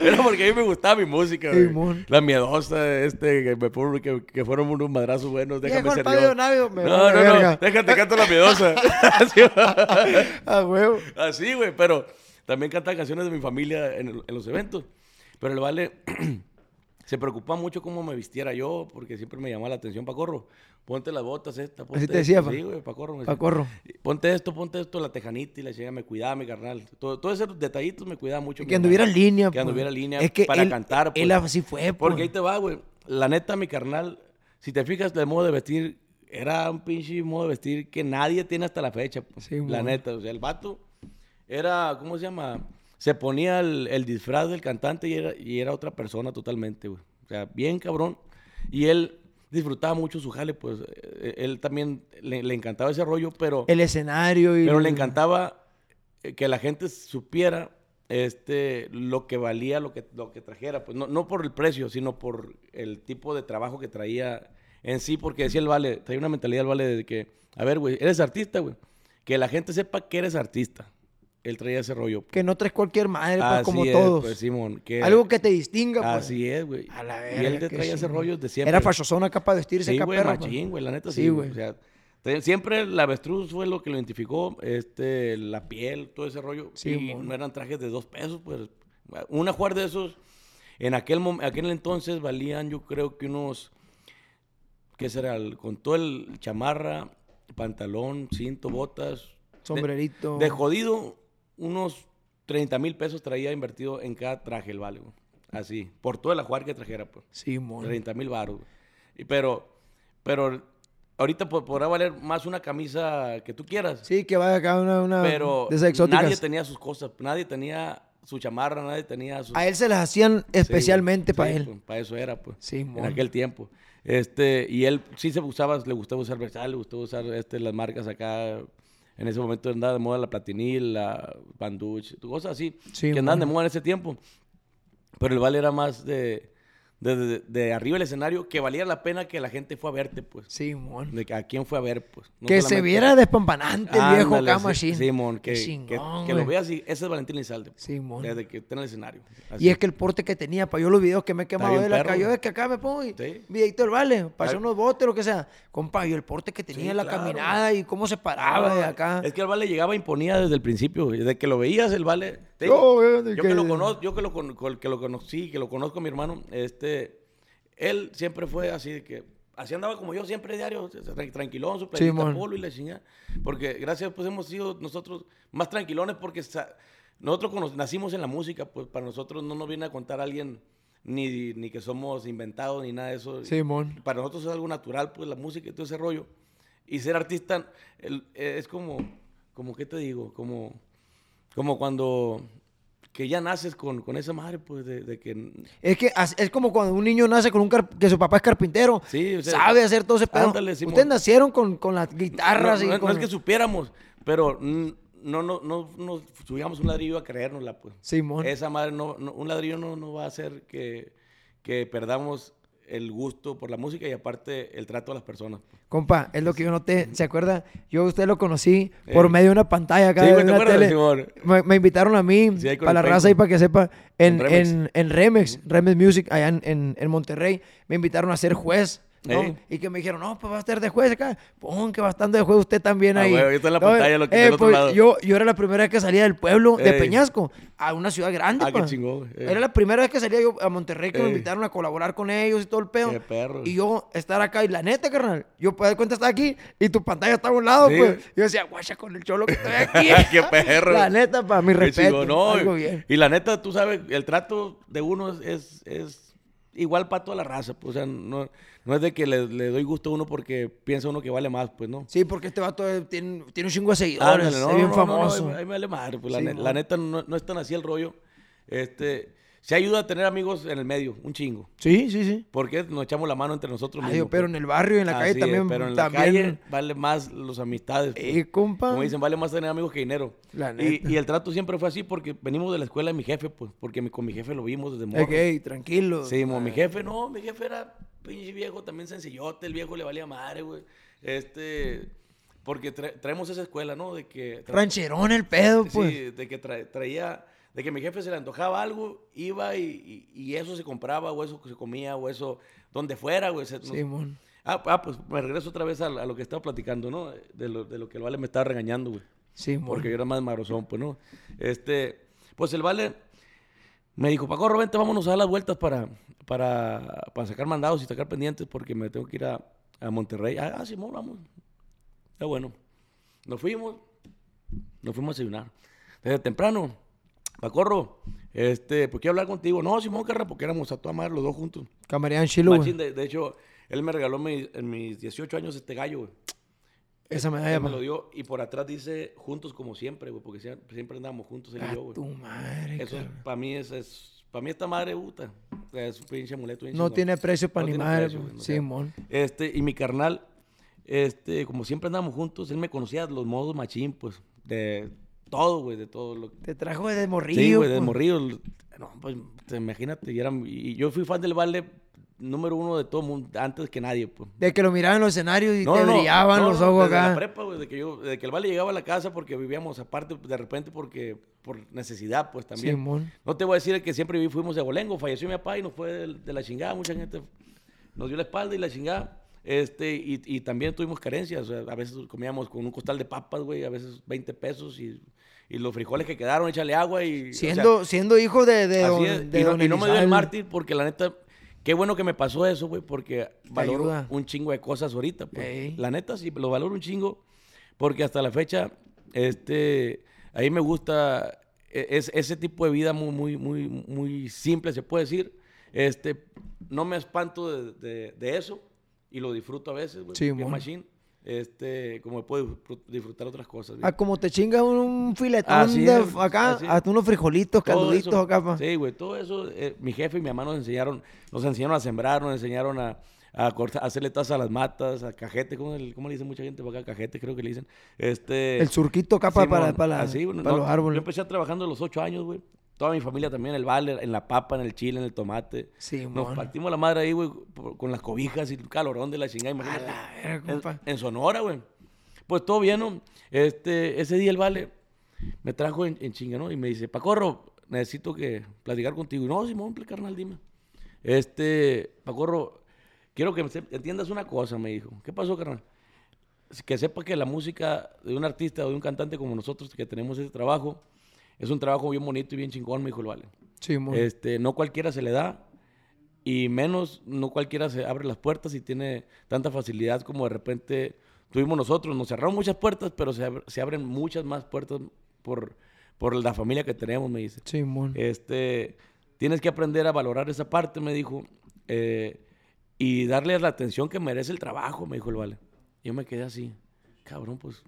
S2: era porque a mí me gustaba mi música, güey.
S1: Simón.
S2: La miedosa, este, que, me pone- que, que fueron unos madrazos buenos, déjame
S1: Viejo
S2: ser
S1: Octavio
S2: yo.
S1: Navio, me
S2: no,
S1: vale
S2: no, no,
S1: verga.
S2: déjate canto la miedosa. Simón.
S1: A huevo.
S2: Así, Ah, güey, pero también cantaba canciones de mi familia en, el- en los eventos. Pero el vale se preocupaba mucho cómo me vistiera yo, porque siempre me llamaba la atención, Pacorro, ponte las botas esta, ponte
S1: te decía,
S2: esto".
S1: pa.
S2: Sí, güey, Pacorro. me decía,
S1: Pacorro.
S2: Ponte esto, ponte esto, la tejanita y la chingada, me cuidaba mi carnal. Todo, todos esos detallitos me cuidaba mucho. mi
S1: Que anduviera en
S2: carnal.
S1: línea.
S2: Que
S1: pues.
S2: anduviera en línea
S1: Es que
S2: para
S1: él-
S2: cantar. pues.
S1: Él así fue, pues.
S2: Porque ahí te va, güey. La neta, mi carnal, si te fijas, el modo de vestir era un pinche modo de vestir que nadie tiene hasta la fecha. pues.
S1: Sí,
S2: la
S1: mon.
S2: neta, o sea, el vato era, ¿cómo se llama? Se ponía el, el disfraz del cantante y era, y era otra persona totalmente, güey. O sea, bien cabrón. Y él disfrutaba mucho su jale, pues eh, él también le, le encantaba ese rollo, pero...
S1: El escenario y...
S2: Pero le encantaba eh, que la gente supiera este, lo que valía, lo que, lo que trajera. Pues no, no por el precio, sino por el tipo de trabajo que traía en sí. Porque decía el vale, traía una mentalidad el vale de que, a ver, güey, eres artista, güey. Que la gente sepa que eres artista. Él traía ese rollo.
S1: Que no traes cualquier madre, pues,
S2: Así
S1: como
S2: es,
S1: todos.
S2: pues, Simón, que-
S1: Algo que te distinga, pues.
S2: Así es, güey.
S1: A la
S2: Y
S1: verga,
S2: él te
S1: qué
S2: traía ese
S1: chingón.
S2: rollo de siempre.
S1: Era fachosona capaz de vestirse
S2: Sí,
S1: acá,
S2: güey,
S1: perro, pues.
S2: machín, güey, la neta
S1: Sí,
S2: sí,
S1: güey.
S2: güey. O sea, te- siempre la avestruz fue lo que lo identificó, este, la piel, todo ese rollo.
S1: Sí,
S2: y
S1: mon.
S2: no eran trajes de dos pesos, pues. Una jugar de esos, en aquel, mom- aquel entonces valían, yo creo que unos, ¿qué será? El- Con todo el chamarra, pantalón, cinto, botas. de-
S1: Sombrerito.
S2: De, jodido, unos 30 mil pesos traía invertido en cada traje el vale, güey. Así, por todo el ajuar que trajera, pues.
S1: Sí, mon.
S2: 30 mil baros. güey. Y Pero, pero ahorita po- podrá valer más una camisa que tú quieras.
S1: Sí, que vaya acá una, una
S2: pero
S1: de esas exóticas.
S2: nadie tenía sus cosas. Nadie tenía su chamarra, nadie tenía sus...
S1: A él se las hacían Ah, especialmente
S2: Sí,
S1: para
S2: sí,
S1: él.
S2: pues, para eso era, pues.
S1: Sí, mon.
S2: en aquel tiempo. Este, y él sí se usaba, le gustaba usar Versace, le gustaba usar este, las marcas acá. En ese momento andaba de moda la Platinil, la Banduch, cosas así.
S1: Sí,
S2: que andaban
S1: mon.
S2: de moda en ese tiempo. Pero el vale era más de, de, de- de arriba del escenario que valía la pena que la gente fue a verte, pues.
S1: Sí, mon.
S2: De que a quién fue a ver, pues. No
S1: que se
S2: solamente-
S1: viera despampanante el viejo
S2: Ándale,
S1: acá,
S2: sí,
S1: machín.
S2: sí, mon,
S1: Qué
S2: que, que-
S1: chingón,
S2: que lo
S1: güey.
S2: veas y ese es Valentín Elizalde. pues,
S1: Sí, mon.
S2: Desde que está en el escenario.
S1: Y
S2: Así.
S1: es que el porte que tenía, para yo los videos que me he quemado
S2: bien
S1: de él acá,
S2: perro,
S1: yo
S2: güey.
S1: es que acá me pongo y
S2: Sí.
S1: videito del vale, pasé
S2: Está-
S1: unos botes, lo que sea. Compa, yo el porte que tenía,
S2: Sí,
S1: la
S2: claro.
S1: caminada y cómo se paraba de
S2: No,
S1: acá.
S2: Es que el vale llegaba e imponía desde el principio, güey. Desde que lo veías, el vale. te
S1: Yo,
S2: digo,
S1: güey, eh, de
S2: yo
S1: que-
S2: que lo conozco, yo que lo, con- con- que lo conocí, que lo conozco a mi hermano, este, él siempre fue así de que. Así andaba como yo siempre diario, tra- tranquilón, su playerita
S1: mon.
S2: polo y la chingada. Porque gracias, pues hemos sido nosotros más tranquilones porque sa- nosotros cono- nacimos en la música, pues para nosotros no nos viene a contar alguien ni, ni que somos inventados ni nada de eso
S1: Simón.
S2: para nosotros es algo natural, pues la música y todo ese rollo. Y ser artista el- eh, es como, como, ¿qué te digo? Como, como cuando que ya naces con, con esa madre, pues, de, de que...
S1: Es que as- es como cuando un niño nace con un car- que su papá es carpintero,
S2: Sí, o sea,
S1: sabe hacer todo ese pedo.
S2: ándale, Simón.
S1: Ustedes nacieron con, con las
S2: No,
S1: guitarras y
S2: no- no
S1: con...
S2: es que supiéramos, pero mm, no, no, no nos subíamos un ladrillo a creérnosla, pues.
S1: Simón.
S2: Esa madre, no, no- un ladrillo no, no va a hacer que, que perdamos el gusto por la música y aparte el trato a las personas.
S1: Compa, es lo que yo noté. ¿Se acuerda? Yo a usted lo conocí por
S2: Eh.
S1: medio de una pantalla acá
S2: Sí,
S1: de
S2: güey, ¿te
S1: una
S2: acuerdas,
S1: tele.
S2: Simón?
S1: Me, me invitaron a mí
S2: Sí, ahí con
S1: para la
S2: el Penco.
S1: raza y para que sepa en,
S2: Con Remex.
S1: en, en Remex, Remex Music allá en, en- en Monterrey. Me invitaron a ser juez ¿no?
S2: Ey.
S1: Y que me dijeron, no, pues va a estar de juez acá. Pon que va estando de juez usted también
S2: Ah,
S1: ahí.
S2: güey, ahí está en la
S1: No,
S2: pantalla lo que está al otro
S1: pues,
S2: lado.
S1: Yo, yo era la primera vez que salía del pueblo de
S2: Ey.
S1: Peñasco a una ciudad grande.
S2: Ah, qué
S1: pa.
S2: chingón, güey. Ey.
S1: Era la primera vez que salía yo a Monterrey que me
S2: Ey.
S1: invitaron a colaborar con ellos y todo el pedo.
S2: Qué perro.
S1: Y yo estar acá y la neta, carnal. Yo, pues, de cuenta, estaba aquí y tu pantalla estaba a un lado,
S2: Sí,
S1: pues.
S2: güey.
S1: Yo decía, guacha con el cholo que estoy aquí.
S2: Qué perro.
S1: La neta, para mi
S2: Qué
S1: respeto.
S2: chingón, Pues no,
S1: algo bien.
S2: Y la neta, tú sabes, el trato de uno es, es- es igual para toda la raza. pues, o sea, no, no es de que le, le doy gusto a uno porque piensa uno que vale más, pues no.
S1: Sí, porque este vato eh, tiene, tiene un chingo de seguidores.
S2: Ándale,
S1: es bien
S2: no, no,
S1: famoso.
S2: ahí- ahí me vale madre, pues, la,
S1: Sí,
S2: ne-
S1: mo.
S2: la neta no, no es tan así el rollo. Este, se ayuda a tener amigos en el medio, un chingo.
S1: Sí, sí, sí.
S2: Porque nos echamos la mano entre nosotros
S1: Ay,
S2: mismos.
S1: pero
S2: pues.
S1: en el barrio y en la calle
S2: Así es,
S1: también.
S2: pero en
S1: también
S2: la calle vale más los amistades. pues.
S1: Eh, compa.
S2: Como dicen, vale más tener amigos que dinero.
S1: La
S2: Y-
S1: neta.
S2: Y, el trato siempre fue así porque venimos de la escuela de mi jefe, pues, porque mi- con mi jefe lo vimos desde morro.
S1: Ok, tranquilo.
S2: Sí, mo, mi jefe, no, mi jefe era pinche viejo, también sencillote, el viejo le valía madre, güey. Este, porque tra- traemos esa escuela, ¿no? De que... tra-
S1: Rancherón el pedo, pues.
S2: Sí, de que tra- traía, de que mi jefe se le antojaba algo, iba y, y- y eso se compraba, o eso que se comía, o eso, donde fuera, güey. se- nos-
S1: Simón.
S2: Ah, ah, pues me regreso otra vez a, a lo que estaba platicando, ¿no? De lo, de lo que el Vale me estaba regañando, güey.
S1: Simón.
S2: Porque yo era más marozón, pues, ¿no? Este, pues el Vale me dijo, Paco, vente, vámonos a dar las vueltas para, para, para sacar mandados y sacar pendientes porque me tengo que ir a, a Monterrey. Ah, ah, Simón, vamos. Está bueno. Nos fuimos, nos fuimos a desayunar. Desde temprano, Pacorro, este, pues quiero hablar contigo. No, Simón, carnal, porque éramos a toda madre los dos juntos.
S1: Camarera en Chilo,
S2: Machín,
S1: güey.
S2: de, de hecho, él me regaló mi- en mis 18 años este gallo, güey.
S1: Esa medalla,
S2: Él me
S1: pa.
S2: lo dio y por atrás dice juntos como siempre, güey, porque sie- siempre andábamos juntos él y
S1: Ah,
S2: yo,
S1: tu
S2: güey.
S1: madre,
S2: Eso
S1: carnal.
S2: para mí es, para mí esta madre puta. Es un pinche amuleto. bien
S1: No
S2: chingón.
S1: tiene precio para
S2: No
S1: ni
S2: tiene
S1: madre,
S2: precio,
S1: pues.
S2: güey, no tiene-
S1: Simón.
S2: Este, y mi carnal, este, como siempre andábamos juntos, él me conocía los modos machín, pues, de todo, güey, de todo lo
S1: Te trajo de morrillo.
S2: Sí, güey, de
S1: pues.
S2: morrillo. No, pues, te imagínate, y, era- y yo fui fan del baile número uno de todo mundo, antes que nadie, pues.
S1: De que lo miraban en los escenarios y
S2: No,
S1: te
S2: no, no.
S1: brillaban
S2: No,
S1: los
S2: no,
S1: ojos
S2: desde
S1: acá.
S2: la prepa, güey, de que, yo- de que el vale llegaba a la casa porque vivíamos aparte de repente porque por necesidad, pues también.
S1: Simón.
S2: No te voy a decir que siempre viví- fuimos de Abolengo, falleció mi papá y nos fue de, de la chingada, mucha gente nos dio la espalda y la chingada. Este, y, y también tuvimos carencias, o sea, a veces comíamos con un costal de papas, güey, a veces 20 pesos y, y los frijoles que quedaron, échale agua y... o sea,
S1: Siendo, siendo hijo de, de
S2: Así
S1: don,
S2: es,
S1: de
S2: y, no,
S1: don
S2: y no me dio el
S1: Elizalde.
S2: mártir porque la neta, qué bueno que me pasó eso, güey, porque valoro
S1: ayuda.
S2: un chingo de cosas ahorita. pues.
S1: Ey.
S2: La neta sí, lo valoro un chingo porque hasta la fecha, este, ahí me gusta e- es, ese tipo de vida muy, muy, muy, muy simple, se puede decir. Este, no me espanto de, de- de eso y lo disfruto a veces, güey,
S1: Sí,
S2: porque es
S1: mon.
S2: machín, Este, como puedo disfrut- disfrutar otras cosas.
S1: Ah,
S2: güey.
S1: como te chingas un, un filetón
S2: Así
S1: de
S2: es,
S1: acá,
S2: así es.
S1: hasta unos frijolitos,
S2: Todo
S1: calduditos
S2: eso.
S1: acá, pa.
S2: Sí, güey, todo eso, eh, mi jefe y mi mamá nos enseñaron, nos enseñaron a sembrar, nos enseñaron a, a cortar- a hacerle taza a las matas, a cajete, ¿cómo, el- cómo le dicen mucha gente para acá? Cajete creo que le dicen. Este,
S1: El surquito acá pa-
S2: Simón,
S1: para, para,
S2: así, güey,
S1: para los
S2: no, Yo pues,
S1: árboles.
S2: empecé trabajando a los ocho años, güey. Toda mi familia también, el vale, en la papa, en el chile, en el tomate. Nos
S1: Simón.
S2: partimos la madre ahí, güey, por- con las cobijas y el calorón de la chingada, imagínate.
S1: la verga,
S2: En-
S1: compa.
S2: En, Sonora, güey. Pues todo bien, ¿no? Este, ese día el vale me trajo en, en chinga, ¿no? Y me dice, Pacorro, necesito que platicar contigo. Y, no, Simón, pl- carnal, dime. Este, Pacorro, quiero que me se- entiendas una cosa, me dijo. ¿Qué pasó, carnal? Que sepa que la música de un artista o de un cantante como nosotros que tenemos ese trabajo, es un trabajo bien bonito y bien chingón, me dijo el vale.
S1: Simón.
S2: Este, no cualquiera se le da y menos no cualquiera se abre las puertas y tiene tanta facilidad como de repente tuvimos nosotros. Nos cerraron muchas puertas, pero se, abr- se abren muchas más puertas por, por la familia que tenemos, me dice.
S1: Simón.
S2: Este, tienes que aprender a valorar esa parte, me dijo, eh, y darle la atención que merece el trabajo, me dijo el vale. Yo me quedé así, cabrón, pues,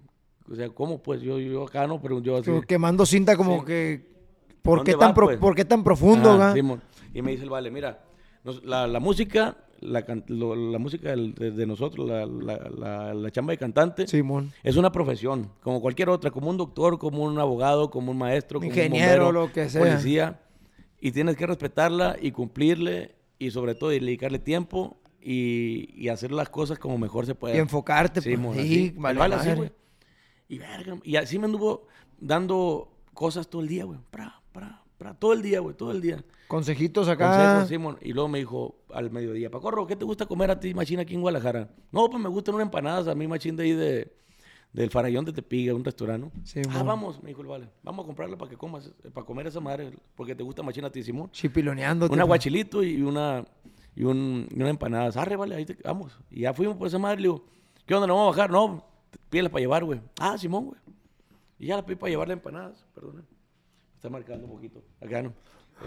S2: o sea, ¿cómo? Pues yo, yo acá no, pero yo así.
S1: Como Quemando cinta como que... ¿Por
S2: ¿Dónde
S1: qué, tan
S2: va,
S1: pro-
S2: pues?
S1: ¿Por qué tan profundo,
S2: Ajá,
S1: acá?
S2: Simón. Y me dice el vale, mira, nos- la, la música, la, can- lo- la música del- de, de nosotros, la, la- la- la chamba de cantante,
S1: Simón.
S2: es una profesión, como cualquier otra, como un doctor, como un abogado, como un maestro, como
S1: Ingeniero,
S2: un bombero,
S1: lo que
S2: un
S1: sea.
S2: policía. Y tienes que respetarla y cumplirle y sobre todo dedicarle tiempo y, y hacer las cosas como mejor se puede.
S1: Y enfocarte, pues,
S2: Simón,
S1: sí,
S2: así. El
S1: vale
S2: vale así,
S1: madre.
S2: güey. Y verga, y así me anduvo dando cosas todo el día, güey. Pra, pra, Pra, todo el día, güey, todo el día.
S1: Consejitos acá.
S2: Consejo, Simón. Y luego me dijo al mediodía, Pacorro, ¿qué te gusta comer a ti, machín, aquí en Guadalajara? No, pues me gustan unas empanadas a mí, machín, de ahí de, del Farallón de Tepiga, un restaurante. ¿no?
S1: Simón.
S2: ah, vamos, me dijo el vale. Vamos a comprarla para que comas, eh, para comer esa madre, porque te gusta machín a ti, Simón.
S1: Chipiloneándote.
S2: Una
S1: pues.
S2: guachilito y una, y un, y una empanada. Arre, vale, ahí te, vamos. Y ya fuimos por esa madre, le digo, ¿qué onda, no vamos a bajar? No, pídela para llevar, güey. Ah, Simón, güey. Y ya la pedí para llevar las empanadas, perdón. Me está marcando un poquito. Acá no.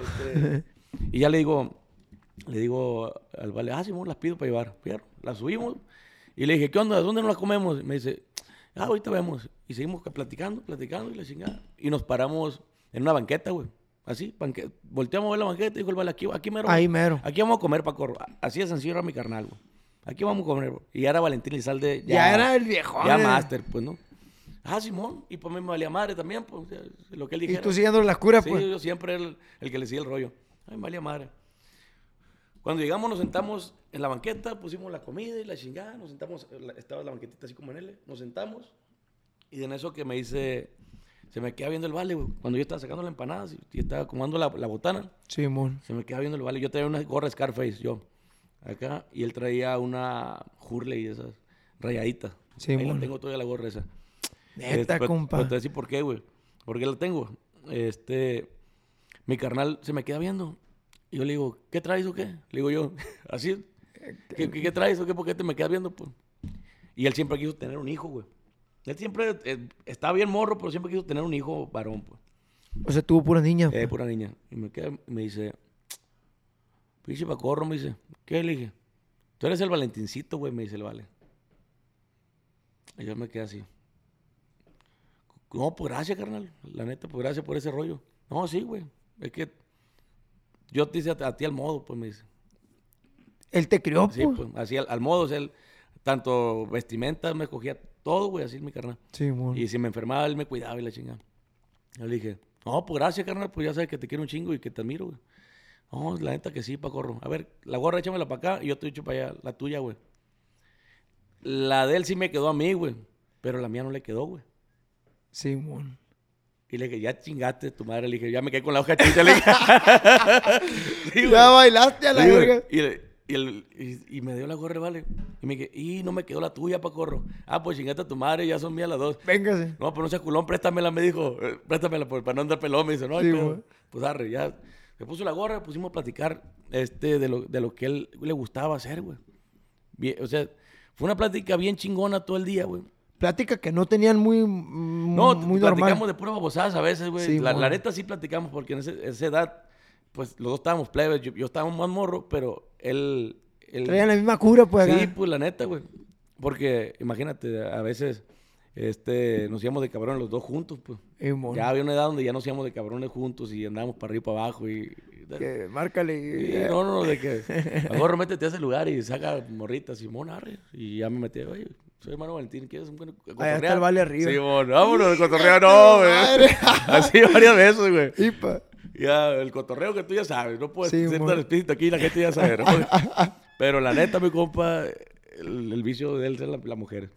S2: Este, y ya le digo, le digo al vale, ah, Simón, las pido para llevar. Fierro. Las subimos. Y le dije, ¿qué onda? ¿Dónde nos las comemos? Y me dice, ah, ahorita vemos. Y seguimos ca- platicando, platicando y la chingada. Y nos paramos en una banqueta, güey. Así, banque- volteamos a ver la banqueta y dijo el vale, aquí, aquí mero.
S1: Ahí mero.
S2: Aquí vamos a comer, Paco. Así es sencillo era mi carnal, güey. Aquí vamos a comer, bro. Y era Valentín Lizalde.
S1: Ya era el viejón,
S2: Ya
S1: eh.
S2: máster, pues, ¿no? Ah, Simón. Y pues a mí me valía madre también, pues. o sea, Lo que él
S1: Y
S2: dijera.
S1: tú siguiendo las curas,
S2: Sí,
S1: pues.
S2: yo siempre era el, el que le sigue el rollo. Ay, valía madre. Cuando llegamos, nos sentamos en la banqueta, pusimos la comida y la chingada, nos sentamos, la- estaba la banquetita así como en L, nos sentamos y en eso que me dice, se me queda viendo el vale, güey. Cuando yo estaba sacando la empanada y- y estaba comando la, la botana,
S1: Simón.
S2: se me queda viendo el vale. Yo traía una gorra Scarface, yo, acá, y él traía una Hurley de esas rayaditas.
S1: Sí,
S2: Ahí la
S1: mon.
S2: tengo todavía la gorra esa.
S1: Neta,
S2: Este, pues,
S1: compa.
S2: pues, te voy a decir por qué, güey. Porque la tengo. Este, mi carnal se me queda viendo. Y yo le digo, ¿qué traes o qué? Le digo yo, así. ¿Qué, qué, qué traes o qué? ¿Por qué te me quedas viendo? Pues? Y él siempre quiso tener un hijo, güey. Él siempre eh, estaba bien morro, pero siempre quiso tener un hijo varón, pues.
S1: O sea, tuvo puras niñas.
S2: Eh,
S1: pues.
S2: pura niña. Y me, queda, y me dice, pinche pacorro, me dice, ¿qué le dije? Tú eres el Valentincito, güey, me dice el Vale. Y yo me quedé así. No, pues gracias, carnal. La neta, pues gracias por ese rollo. No, sí, güey. Es que yo te hice a, a ti al modo, pues me dice.
S1: Él te crió,
S2: Sí,
S1: pues.
S2: pues, así al, al modo, o sea, él, tanto vestimenta, me cogía todo, güey, así mi carnal.
S1: Simón.
S2: Y si me enfermaba, él me cuidaba y la chingada. Yo le dije, no, pues gracias, carnal, pues ya sabes que te quiero un chingo y que te admiro, güey. No, la neta que sí, Pacorro. A ver, la gorra échamela para acá y yo te echo para allá, la tuya, güey. La de él sí me quedó a mí, güey, pero la mía no le quedó, güey.
S1: Simón.
S2: Y le dije, ya chingaste tu madre. Le dije, ya me quedé con la hoja chita. Le dije, Sí, güey.
S3: Ya bailaste a la
S2: Sí, güey.
S3: verga.
S2: y, el- y el- y- y me dio la gorra, vale. Y me dije, y no me quedó la tuya, Pacorro. Ah, pues chingaste a tu madre, ya son mías las dos.
S1: Véngase.
S2: No, pero no seas culón, préstamela, me dijo. Eh, Préstamela por- para no andar pelón, me dice. No, hay
S1: Sí,
S2: pedo.
S1: güey.
S2: pues arre, ya. Se puso la gorra, pusimos a platicar este, de, lo, de lo que él le gustaba hacer, güey. Bien, o sea, fue una plática bien chingona todo el día, güey.
S1: Plática que no tenían muy, mm,
S2: No,
S1: muy
S2: platicamos
S1: normal.
S2: de puras babosadas a veces, güey.
S1: Sí,
S2: la, la
S1: mon.
S2: neta sí platicamos porque en ese- esa edad, pues los dos estábamos plebes. Yo, yo estaba más morro, pero él... él
S1: Traían la misma cura, pues.
S2: Sí,
S1: acá.
S2: pues la neta, güey. Porque imagínate, a veces este, nos íbamos de cabrón los dos juntos, pues.
S1: Simón.
S2: Ya había una edad donde ya nos íbamos de cabrones juntos y andábamos para arriba y para abajo y...
S1: Que márcale.
S2: y-
S1: eh,
S2: no, no, de que... Mejor métete a ese lugar y saca morrita, Simón, arre. Y ya me metí, oye, soy hermano Valentín, ¿quieres un buen
S1: Ahí está el vale arriba.
S2: Simón, vámonos, el cotorreo no, güey.
S3: madre.
S2: Así varias veces, güey.
S3: Ipa.
S2: Ya, el cotorreo que tú ya sabes, no puedes
S1: Sí,
S2: ser
S1: mon.
S2: tan explícito aquí, la gente ya sabe, ¿no? Pero la neta, mi compa, el, el vicio de él es la, la mujer.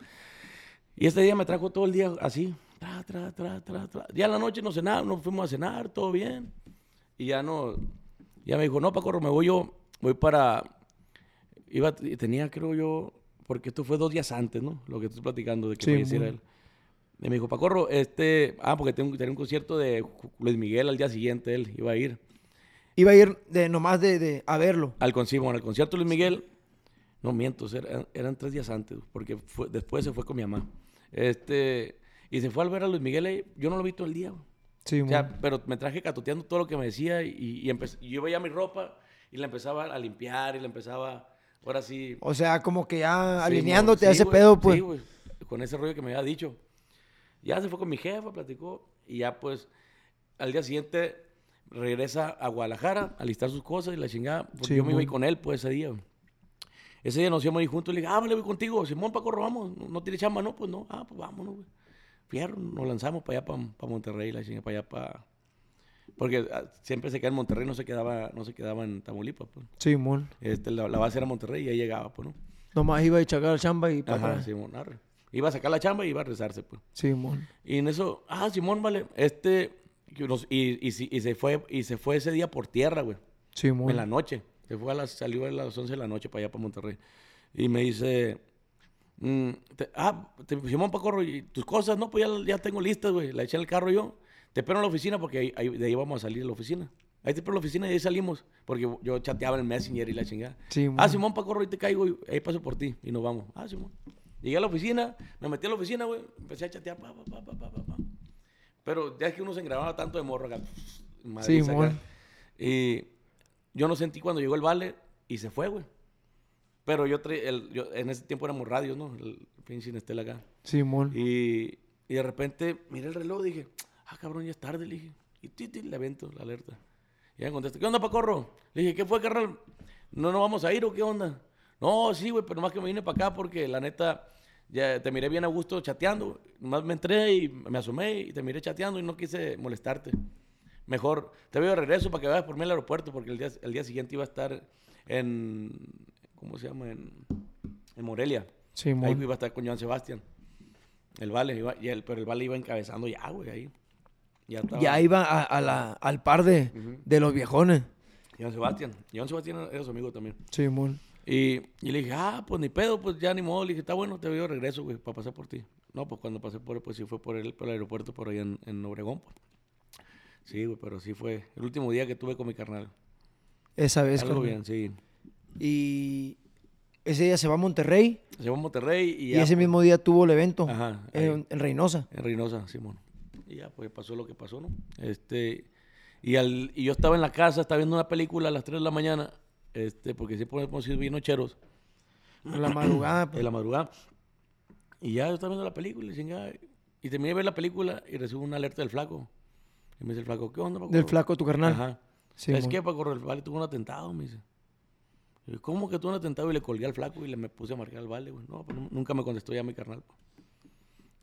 S2: Y este día me trajo todo el día así, tra, tra, tra, tra, tra. Ya en la noche nos cenamos, nos fuimos a cenar, todo bien. Y ya no, ya me dijo, no, Paco, me voy yo, voy para, iba, tenía, creo yo, porque esto fue dos días antes, ¿no? Lo que estoy platicando de que
S1: Sí,
S2: falleciera
S1: mon.
S2: él. Y me dijo, Pacorro, este, ah, porque tengo, tenía un concierto de Ju- Luis Miguel al día siguiente, él iba a ir
S1: Iba a ir de, nomás de, de- a verlo.
S2: al, conci- bueno, al concierto de Luis Miguel. No miento, ser- eran, eran tres días antes, porque fue- después se fue con mi mamá. Este, y se fue al ver a Luis Miguel, ahí, yo no lo vi todo el día. güey.
S1: Sí,
S2: O sea, pero me traje catoteando todo lo que me decía y, y empe- y yo veía mi ropa y la empezaba a limpiar y la empezaba, ahora sí,
S1: o sea, como que ya
S2: Sí,
S1: alineándote
S2: mo-
S1: a
S2: sí,
S1: ese
S2: güey,
S1: pedo, pues.
S2: sí, güey, con ese rollo que me había dicho. Ya se fue con mi jefa, platicó, y ya pues al día siguiente regresa a Guadalajara a listar sus cosas y la chingada. Porque
S1: Sí,
S2: yo me iba a
S1: güey.
S2: ir con él, pues ese día. güey. Ese día nos íbamos a ir juntos y le dije, ah, vale, voy contigo. Simón, Paco, vamos. No, no tiene chamba, no, pues no. Ah, pues vámonos, güey. Fierro, nos lanzamos para allá, para, Monterrey, la chingada, para allá, para. Porque ah, siempre se queda en Monterrey, no se quedaba, no se quedaba en Tamaulipas, pues.
S1: Simón.
S2: Este, la, la base era Monterrey y ahí llegaba, pues, ¿no?
S1: Nomás iba a echar la chamba y para
S2: Ajá,
S1: atrás.
S2: Simón, arre. Iba a sacar la chamba y iba a rezarse, pues.
S1: Simón.
S2: Y en eso, ah, Simón, vale, este, que nos- y, y si- y se fue, y se fue ese día por tierra, güey.
S1: Sí, muy.
S2: En la noche. Se fue a las, salió a las 11 de la noche para allá, para Monterrey. Y me dice, mm, te- ah, te Simón Pacorro, ¿y tus cosas? No, pues ya, ya tengo listas, güey. La eché en el carro yo. Te espero en la oficina porque ahí, ahí- de ahí vamos a salir de la oficina. Ahí te espero en la oficina y ahí salimos. Porque yo chateaba en el Messenger y la chingada.
S1: Sí,
S2: ah,
S1: mon.
S2: Simón Pacorro, ahí te caigo y ahí paso por ti. Y nos vamos. Ah, Simón. Llegué a la oficina, me metí a la oficina, güey. Empecé a chatear, pa, pa, pa, pa, pa, pa, pa. Pero ya es que uno se engrababa tanto de morro acá. Madrid,
S1: mon.
S2: acá. Y yo no sentí cuando llegó el vale y se fue, güey. Pero yo, tra- el- yo- en ese tiempo éramos radios, ¿no? El pinche Inestel acá.
S1: Simón.
S2: Y, y de repente miré el reloj, dije, ah, cabrón, ya es tarde, le dije. Y titi, le avento la alerta. Y me contesta, ¿qué onda, Pacorro? Le dije, ¿qué fue, carnal? ¿No nos vamos a ir o qué onda? No, sí, güey, pero más que me vine para acá porque la neta, ya te miré bien a gusto chateando. Más me entré y me asomé y te miré chateando y no quise molestarte. Mejor te veo de regreso para que vayas por mí al aeropuerto porque el día, el día siguiente iba a estar en, ¿cómo se llama? En, en Morelia.
S1: Simón.
S2: Ahí iba a estar con Joan Sebastián. El Vale, iba- y el- pero el Vale iba encabezando ya, güey, ahí. Ya estaba.
S1: Ya iba a, a la, al par de, de los viejones.
S2: Joan Sebastián. Joan Sebastián era su amigo también.
S1: Simón.
S2: Y, y le dije, ah, pues ni pedo, pues ya ni modo. Le dije, está bueno, te veo de regreso, güey, para pasar por ti. No, pues cuando pasé por él, pues sí fue por él, por el aeropuerto, por allá en, en Obregón, pues. Sí, güey, pero sí fue el último día que tuve con mi carnal.
S1: Esa vez.
S2: Algo
S1: carnal.
S2: bien, sí.
S1: Y ese día se va a Monterrey.
S2: Se fue a Monterrey y
S1: Y,
S2: ya. pues.
S1: ese mismo día tuvo el evento.
S2: Ajá,
S1: en, en Reynosa.
S2: En Reynosa, Simón. Y ya, pues pasó lo que pasó, ¿no? Este, y, al, y yo estaba en la casa, estaba viendo una película a las 3 de la mañana, este, porque siempre hemos sido bien nocheros,
S1: En la madrugada. pues,
S2: de la madrugada. Y ya yo estaba viendo la película, y, chingada, y terminé de ver la película y recibo una alerta del flaco. Y me dice el flaco, ¿qué onda, Paco?
S1: del flaco, tu carnal.
S2: Ajá.
S1: Sí,
S2: ¿Sabes
S1: mon.
S2: qué, Paco? El vale tuvo un atentado, me dice. Y yo, ¿Cómo que tuvo un atentado? Y le colgué al flaco y le me puse a marcar al vale, güey. No, pues nu- nunca me contestó ya mi carnal. pues.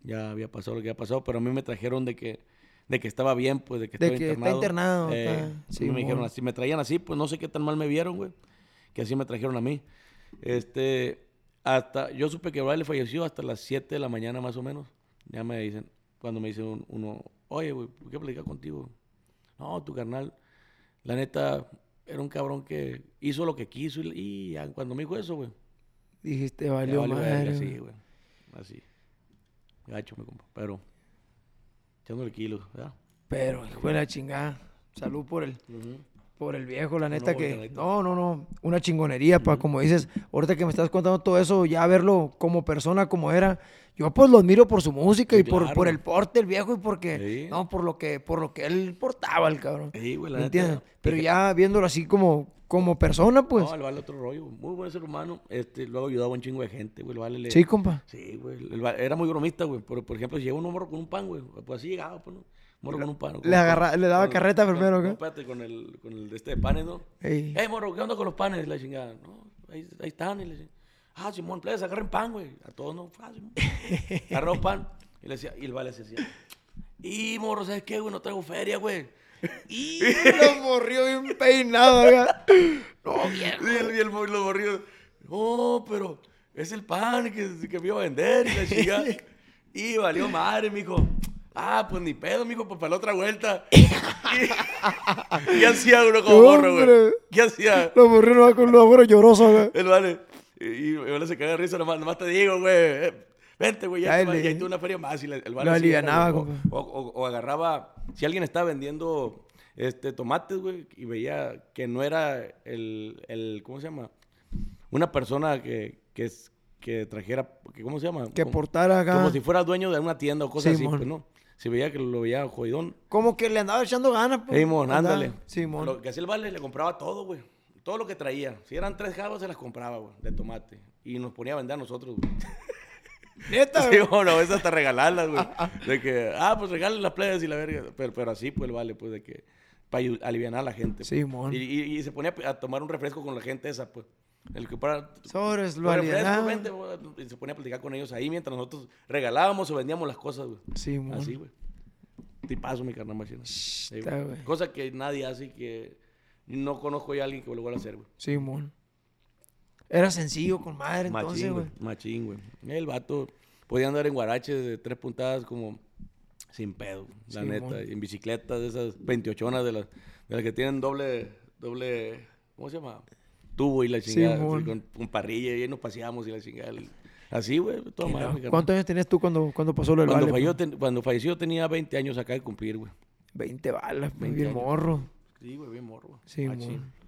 S2: Ya había pasado lo que había pasado, pero a mí me trajeron de que, de que estaba bien, pues, de que
S1: De
S2: estaba
S1: que está
S2: internado.
S1: internado, está-
S2: Eh, a mí
S1: sí,
S2: me
S1: mon.
S2: dijeron así, me traían así, pues no sé qué tan mal me vieron, güey, que así me trajeron a mí. Este, hasta, yo supe que Vale falleció hasta las 7 de la mañana más o menos. Ya me dicen, cuando me dicen un- uno, oye, güey, ¿por qué platicar contigo? No, tu carnal, la neta, era un cabrón que hizo lo que quiso y, y ya cuando me dijo eso, güey.
S1: Dijiste,
S2: ya
S1: valió
S2: vale verga,
S1: madre.
S2: Así,
S1: güey.
S2: güey. Así. Gacho, me compa. Pero, echándole kilos, ¿verdad?
S1: Pero, hijo de la chingada. Salud por el, por el viejo, la neta
S2: no,
S1: que.
S2: la neta.
S1: No, no, no. Una chingonería, pa, como dices, ahorita que me estás contando todo eso, ya verlo como persona, como era. Yo pues lo admiro por su música
S2: Sí,
S1: y por,
S2: claro.
S1: por el porte, el viejo, y porque.
S2: Sí.
S1: No, por lo que, por lo que él portaba el cabrón.
S2: Sí, güey, la
S1: ¿Me
S2: neta.
S1: entiendes? Pero ya viéndolo así como, como persona, pues.
S2: No, el vale otro rollo. güey. Muy buen ser humano. Este, luego ayudaba a un chingo de gente, güey. El vale le-
S1: sí, compa.
S2: Sí, güey. el Vale- Era muy bromista, güey. Por, por ejemplo, si llegaba un morro con un pan, güey. Pues así llegaba, pues, ¿no? Morro con un pan. con-
S1: agarra- le daba
S2: con-
S1: carreta
S2: con-
S1: primero,
S2: con-
S1: ¿qué?
S2: espérate, con el, con el de este de panes, ¿no?
S1: Ey.
S2: Ey, morro, ¿qué onda con los panes? La chingada. No, ahí, ahí están. Y le decía, ah, Simón, plebes, agarren pan, güey. A todos, no. Ah, Simón. Agarró pan. Y le decía, y el vale se decía, y morro, ¿sabes qué, güey? No traigo feria, güey.
S1: Y lo morrió bien peinado, acá. No,
S2: Y
S1: bien.
S2: el, y el mo- los morrillos, no, pero es el pan que, que me iba a vender. Y la chingada. Y valió madre, mijo. Ah, pues ni pedo, mijo, pues para la otra vuelta. Y- ¿Qué hacía uno como morro, güey?
S1: Hombre.
S2: ¿Qué hacía?
S1: Lo morrió nomás con los abuelos llorosos, acá.
S2: El vale. Y, y el vale se caga de risa, nomás, nomás te digo, güey. eh, Vente, güey, ya,
S1: Dale.
S2: te va- ya hay tú una feria más. Y la- el
S1: Lo
S2: vale sí era,
S1: alivianaba,
S2: güey,
S1: compa.
S2: o, o- o agarraba, si alguien estaba vendiendo este, tomates, güey, y veía que no era el, el ¿cómo se llama? Una persona que, que, es- que trajera, que, ¿cómo se llama?
S1: Que
S2: Como-
S1: portara acá.
S2: Como si fuera dueño de una tienda o cosas así,
S1: Simón.
S2: pues, ¿no? Si veía que lo veía jodidón,
S1: Como que le andaba echando ganas, pues.
S2: Simón,
S1: Andaba-
S2: ándale.
S1: Simón.
S2: Lo que hacía el vale, le compraba todo, güey. Todo lo que traía. Si eran tres jabas, se las compraba, güey, de tomate. Y nos ponía a vender a nosotros, güey.
S1: Neta,
S2: Sí, bueno, a veces hasta regalarlas, güey. De que, ah, pues regalen las playas y la verga. Pero, pero así, pues, el vale, pues, de que... Para aliviar a la gente. pues.
S1: Simón.
S2: Y, y- y se ponía a tomar un refresco con la gente esa, pues. El que para...
S1: Sobres, lo
S2: "Pues, refresco,
S1: alienaba.
S2: vente, güey", y se ponía a platicar con ellos ahí mientras nosotros regalábamos o vendíamos las cosas, güey.
S1: Simón.
S2: Así, güey. Tipazo, mi carnal machina. Sí,
S1: está,
S2: güey.
S1: güey.
S2: Cosa que nadie hace y que no conozco yo a alguien que lo vuelva a hacer, güey.
S1: Simón. Era sencillo con madre, entonces,
S2: Machín,
S1: güey.
S2: güey. Machín, güey. El vato podía andar en guaraches de tres puntadas como Sin pedo, la
S1: Sí,
S2: neta. En bicicletas, de esas 28 de las, de las que tienen doble, doble, ¿cómo se llama? Tubo y la chingada. así,
S1: mon.
S2: con, con parrilla y ahí nos paseamos y la chingada. Así, güey, todo mal. mi carnal.
S1: ¿Cuántos años tenías tú cuando, cuando pasó lo del
S2: Cuando,
S1: vale?
S2: falleció, ten- cuando falleció tenía 20 años acá de cumplir, güey.
S1: 20 balas, muy
S2: 20
S1: bien
S2: años.
S1: morro.
S2: Sí, güey, bien morro.
S1: Sí,
S2: Machín.
S1: mon.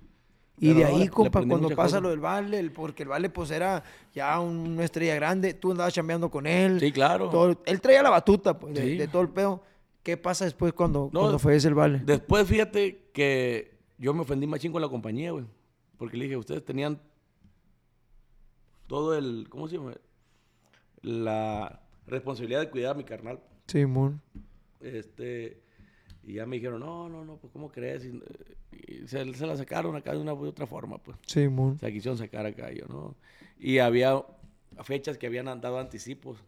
S1: Y
S2: Pero
S1: de
S2: no,
S1: ahí,
S2: le- le
S1: compa,
S2: aprendí
S1: cuando
S2: muchas
S1: pasa
S2: cosas.
S1: lo del Vale, el- porque el Vale pues era ya un- una estrella grande, tú andabas chambeando con él.
S2: Sí, claro.
S1: Todo- él traía la batuta pues, de,
S2: Sí.
S1: de todo el pedo. ¿Qué pasa después cuando,
S2: No,
S1: cuando fallece el Vale?
S2: Después, fíjate que yo me ofendí machín con la compañía, güey. Porque le dije, ustedes tenían todo el, ¿cómo se llama? La responsabilidad de cuidar a mi carnal.
S1: Simón.
S2: Este, y ya me dijeron, no, no, no, pues, ¿cómo crees? Y, y se, se la sacaron acá de una u otra forma, pues.
S1: Simón.
S2: Se la quisieron sacar acá, yo, ¿no? Y había fechas que habían dado anticipos.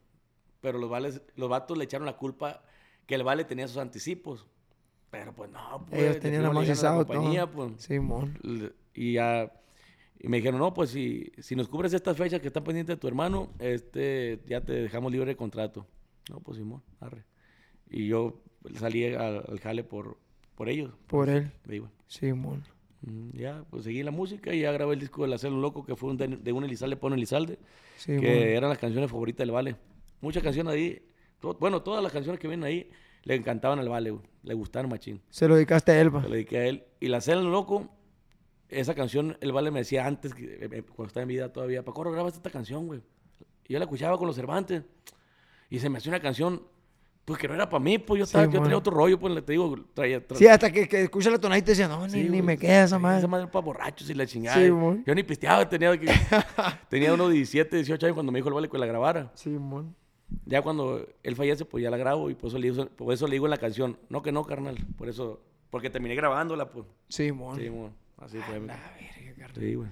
S2: Pero los, vales, los vatos le echaron la culpa que el vale tenía sus anticipos. Pero pues no, pues.
S1: Ellos tenían
S2: primero le llegan a
S1: amacizado
S2: la
S1: todo.
S2: compañía, pues.
S1: Simón.
S2: L- Y ya. Y me dijeron, no, pues si, si nos cubres estas fechas que están pendientes de tu hermano, este, ya te dejamos libre de contrato. No, pues Simón, arre. Y yo salí al, al jale por, por ellos.
S1: Por él.
S2: Le digo,
S1: Simón.
S2: Mm, Ya, pues seguí la música y ya grabé el disco de La Celo Loco, que fue un de, de un Elizalde por un Elizalde,
S1: Simón.
S2: que eran las canciones favoritas del Vale. Muchas canciones ahí, to- bueno, todas las canciones que vienen ahí le encantaban al Vale, güey, le gustaron machín.
S1: Se lo dedicaste a Elba.
S2: Se lo dediqué a él. Y La Celo Loco, esa canción, el Vale me decía antes, que- eh, eh, cuando estaba en vida todavía, Pacorro, grabaste esta canción, güey. Y yo la escuchaba con los Cervantes y se me hacía una canción, pues que no era para mí, pues yo, estaba, yo
S1: Simón.
S2: traía otro rollo, pues le te digo, traía... tra-
S1: Sí, hasta que, que escucha la tonadita y decía, no, ni,
S2: Sí,
S1: ni
S2: güey.
S1: me queda esa madre.
S2: Esa madre para borrachos y la chingada.
S1: Sí,
S2: Y
S1: mon.
S2: yo ni pisteaba, tenía, que- tenía unos 17, 18 años cuando me dijo el vale que la grabara.
S1: Simón.
S2: Ya cuando él fallece, pues ya la grabo y por eso le, hizo- por eso le digo en la canción, no que no, carnal. Por eso, porque terminé grabándola, pues.
S1: Simón.
S2: Sí, mon. Así fue. mi-
S1: A ver, qué
S2: Sí, güey.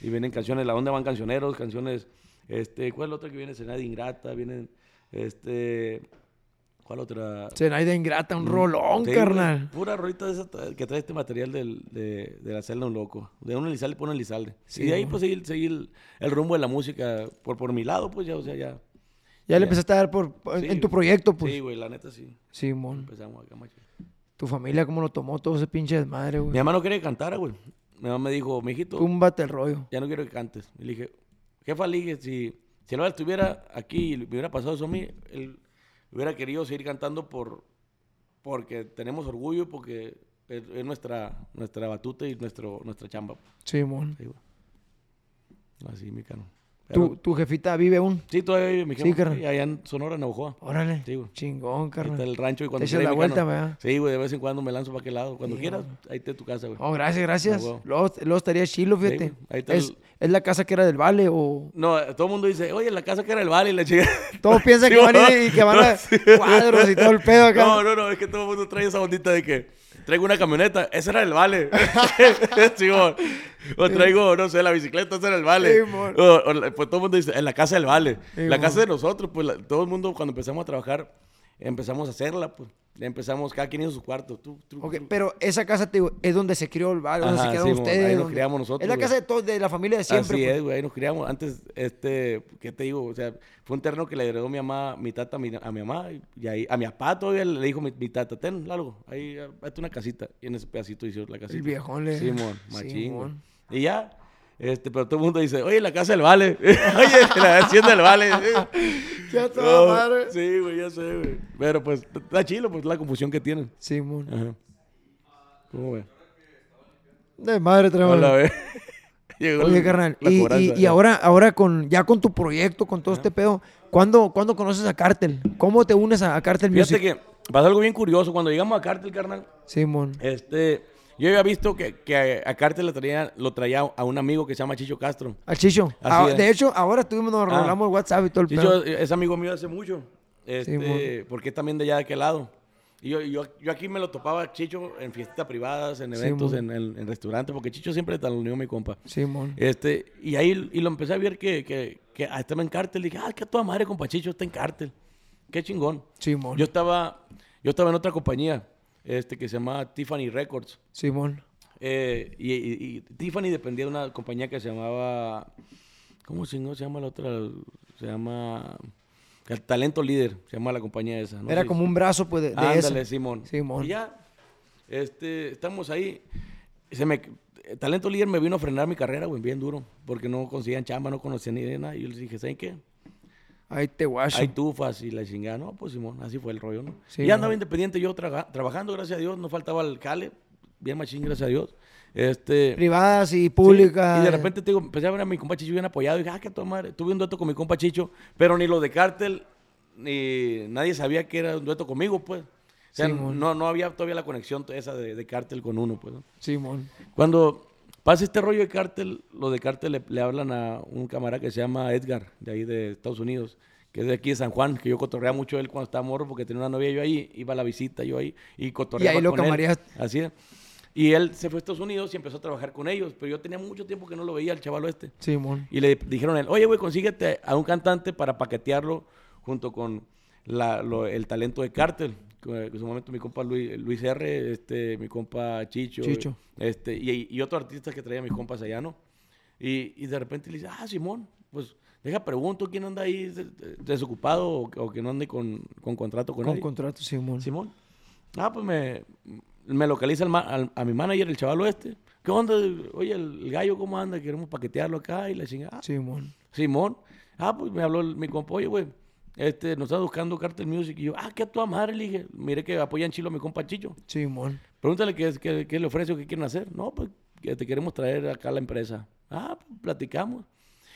S2: Y vienen canciones, la onda van cancioneros, canciones, este, ¿cuál es la otra que viene? Senada Ingrata, vienen, este, ¿cuál otra?
S1: Zenaida Ingrata, un rolón,
S2: Mm. Sí, güey,
S1: carnal.
S2: Pura rolita de esa tra- que trae este material del- de, de la celda un loco. De un Elizalde por un Elizalde.
S1: Sí,
S2: y de ahí
S1: güey.
S2: pues seguí, seguí el, el rumbo de la música por, por mi lado, pues ya, o sea, ya.
S1: Ya le empezaste a dar por, en,
S2: Sí,
S1: en tu
S2: güey.
S1: proyecto, pues.
S2: Sí, güey, la neta sí.
S1: Simón.
S2: Empezamos acá, macho.
S1: Tu familia, ¿cómo lo tomó todo ese pinche desmadre,
S2: Mi
S1: güey?
S2: mamá no quería que cantara, güey. Mi mamá me dijo, mijito,
S1: Túmbate el rollo.
S2: ya no quiero que cantes. Y le dije, jefa, le dije, si, si el Val estuviera aquí y le hubiera pasado eso a mí, él hubiera querido seguir cantando por porque tenemos orgullo, porque es, es nuestra, nuestra batuta y nuestro, nuestra chamba.
S1: Simón.
S2: Sí, güey. Así, mi cano. Pero-
S1: Tu, tu jefita vive aún.
S2: Sí, todavía vive mi jefe.
S1: Sí, carnal.
S2: Sí, allá en Sonora, Navojoa.
S1: Órale.
S2: Sí, güey.
S1: Chingón,
S2: Ahí está
S1: carnal.
S2: el rancho y cuando
S1: Te echas la
S2: mi
S1: vuelta,
S2: cano.
S1: ¿verdad?
S2: Sí, güey, de vez en cuando me lanzo para aquel lado. Cuando
S1: Sí,
S2: quieras, ahí está tu casa, güey.
S1: Oh, gracias, gracias.
S2: Ah, huevo.
S1: Luego, luego estaría chilo, fíjate.
S2: güey. Ahí está
S1: es,
S2: el-
S1: es la casa que era del Vale o...
S2: No, eh, todo el mundo dice, oye, la casa que era el vale y la chica.
S1: Todos piensan
S2: Sí,
S1: que van a
S2: ¿verdad?
S1: ir y que van a
S2: No, sí.
S1: cuadros y todo el pedo acá.
S2: No, no, no, es que todo el mundo trae esa ondita de que traigo una camioneta, esa era el vale. Sí, güey. o traigo, no sé, la bicicleta, esa era el vale.
S1: Sí, mon.
S2: O- o la- pues todo el mundo dice, en la casa del vale.
S1: Sí,
S2: la
S1: mon.
S2: casa de nosotros, pues la- todo el mundo cuando empezamos a trabajar, empezamos a hacerla, pues. Ya Empezamos cada quien en su cuarto. Tú, tú,
S1: Ok,
S2: tú.
S1: pero esa casa te digo, es donde se crió el barrio, donde se
S2: Ajá,
S1: quedaron
S2: sí, mon,
S1: ustedes.
S2: ahí nos
S1: donde-
S2: criamos nosotros,
S1: Es la
S2: güey.
S1: casa de todos, de la familia de siempre.
S2: Así
S1: pues.
S2: es, güey, ahí nos criamos. Antes, este, ¿qué te digo? O sea, fue un terreno que le heredó mi mamá, mi tata, a mi- a mi mamá, y- y ahí, a mi papá todavía le dijo mi, mi tata, ten, largo, ahí, ah, hazte una casita. Y en ese pedacito hicieron la casita.
S1: El viejón le-
S2: Simón, machín. güey.
S1: Simón.
S2: Y ya, este, pero todo el mundo dice, oye, la casa del vale. oye, la hacienda del vale.
S1: Ya está,
S2: No,
S1: madre.
S2: sí, güey, ya sé, güey. Pero pues, está chilo, pues, la confusión que tienen.
S1: Sí, mon.
S2: Ajá. ¿Cómo ve?
S1: De madre, traemos.
S2: Hola, ve. Llegó
S1: Oye,
S2: la-
S1: carnal,
S2: la
S1: y, y-
S2: cobranza,
S1: y
S2: ya.
S1: ahora, ahora con, ya con tu proyecto, con todo este pedo, ¿cuándo, ¿cuándo conoces a Cártel? ¿Cómo te unes a, a Cártel
S2: Fíjate
S1: Music?
S2: que pasó algo bien curioso. Cuando llegamos a Cártel, carnal,
S1: Simón.
S2: este, yo había visto que, que a, a Cártel lo traía, lo traía a un amigo que se llama Chicho Castro.
S1: Al Chicho.
S2: Así
S1: Ah,
S2: es.
S1: de hecho, ahora estuvimos, nos
S2: Ah.
S1: hablamos el WhatsApp y todo el pedo.
S2: Chicho es amigo mío hace mucho. Este,
S1: Simón.
S2: porque es también de allá de aquel lado. Y yo, yo, yo aquí me lo topaba a Chicho en fiestas privadas, en eventos, en,
S1: Simón.
S2: en- en restaurantes, porque Chicho siempre te lo unió mi compa.
S1: Simón.
S2: Este, y ahí y lo empecé a ver que, que, que ah, estaba en cártel. Dije, ah, que a toda madre, compa Chicho, está en cártel. Qué chingón.
S1: Simón.
S2: Yo estaba, yo estaba en otra compañía este, que se llamaba Tiffany Records.
S1: Simón.
S2: Eh, y, y- y Tiffany dependía de una compañía que se llamaba. ¿Cómo si no se llama la otra? Se llama. que el talento líder, se llama la compañía esa. ¿no?
S1: Era
S2: Sí.
S1: como un brazo, pues, de, de
S2: Ándale,
S1: eso.
S2: Simón.
S1: Simón.
S2: Y ya, este, estamos ahí. Se me, el talento líder me vino a frenar mi carrera, güey, bien duro. Porque no conseguían chamba, no conocían ni de nada. Y yo les dije, ¿saben qué?
S1: Ahí te guacho.
S2: Hay tufas y la chingada. No, pues Simón, así fue el rollo, ¿no?
S1: Sí,
S2: y ya
S1: no.
S2: andaba independiente yo traga- trabajando, gracias a Dios. No faltaba el jale. Bien machín, gracias a Dios. Este...
S1: Privadas y públicas.
S2: Sí, Y de repente te digo, empecé a ver a mi compa Chicho bien apoyado. Y dije, ah, qué tu madre. Tuve un dueto con mi compa Chicho, pero ni los de cártel, ni nadie sabía que era un dueto conmigo, pues. O sea,
S1: Sí, mon.
S2: no, no había todavía la conexión esa de, de cártel con uno, pues. ¿no?
S1: Simón.
S2: Cuando pasa este rollo de cártel, los de cártel le, le hablan a un camarada que se llama Edgar, de ahí de Estados Unidos, que es de aquí de San Juan, que yo cotorreaba mucho él cuando estaba morro, porque tenía una novia yo ahí, iba a la visita yo ahí, y cotorreaba
S1: Y ahí lo
S2: con él.
S1: camareaste.
S2: Así es. Y él se fue a Estados Unidos y empezó a trabajar con ellos, pero yo tenía mucho tiempo que no lo veía al chaval este.
S1: Simón.
S2: Y le dijeron a él, oye, güey, consíguete a un cantante para paquetearlo junto con la- lo- el talento de Cártel. Que En su momento mi compa Luis, Luis R., este, mi compa Chicho,
S1: Chicho.
S2: Este, y, y otros artistas que traía mis compas allá, ¿no? Y, y de repente le dice, ah, Simón, pues deja pregunto quién anda ahí des- desocupado o, o que no ande con, con contrato con,
S1: Con
S2: nadie".
S1: contrato, Simón.
S2: Simón. Ah, pues me, me localiza el ma- al- a mi manager, el chaval este. ¿Qué onda? Oye, el, el gallo, ¿cómo anda? Queremos paquetearlo acá y la chingada. Ah,
S1: Simón.
S2: Simón. Ah, pues me habló el- mi compa, oye, güey. Este, nos está buscando Cartel Music. Y yo, ah, qué a tu madre, le dije. Mire que apoyan chilo a mi compa Chicho.
S1: Simón.
S2: Pregúntale qué, es- qué- qué le ofrece o qué quieren hacer. No, pues que te queremos traer acá a la empresa. Ah, pues, platicamos.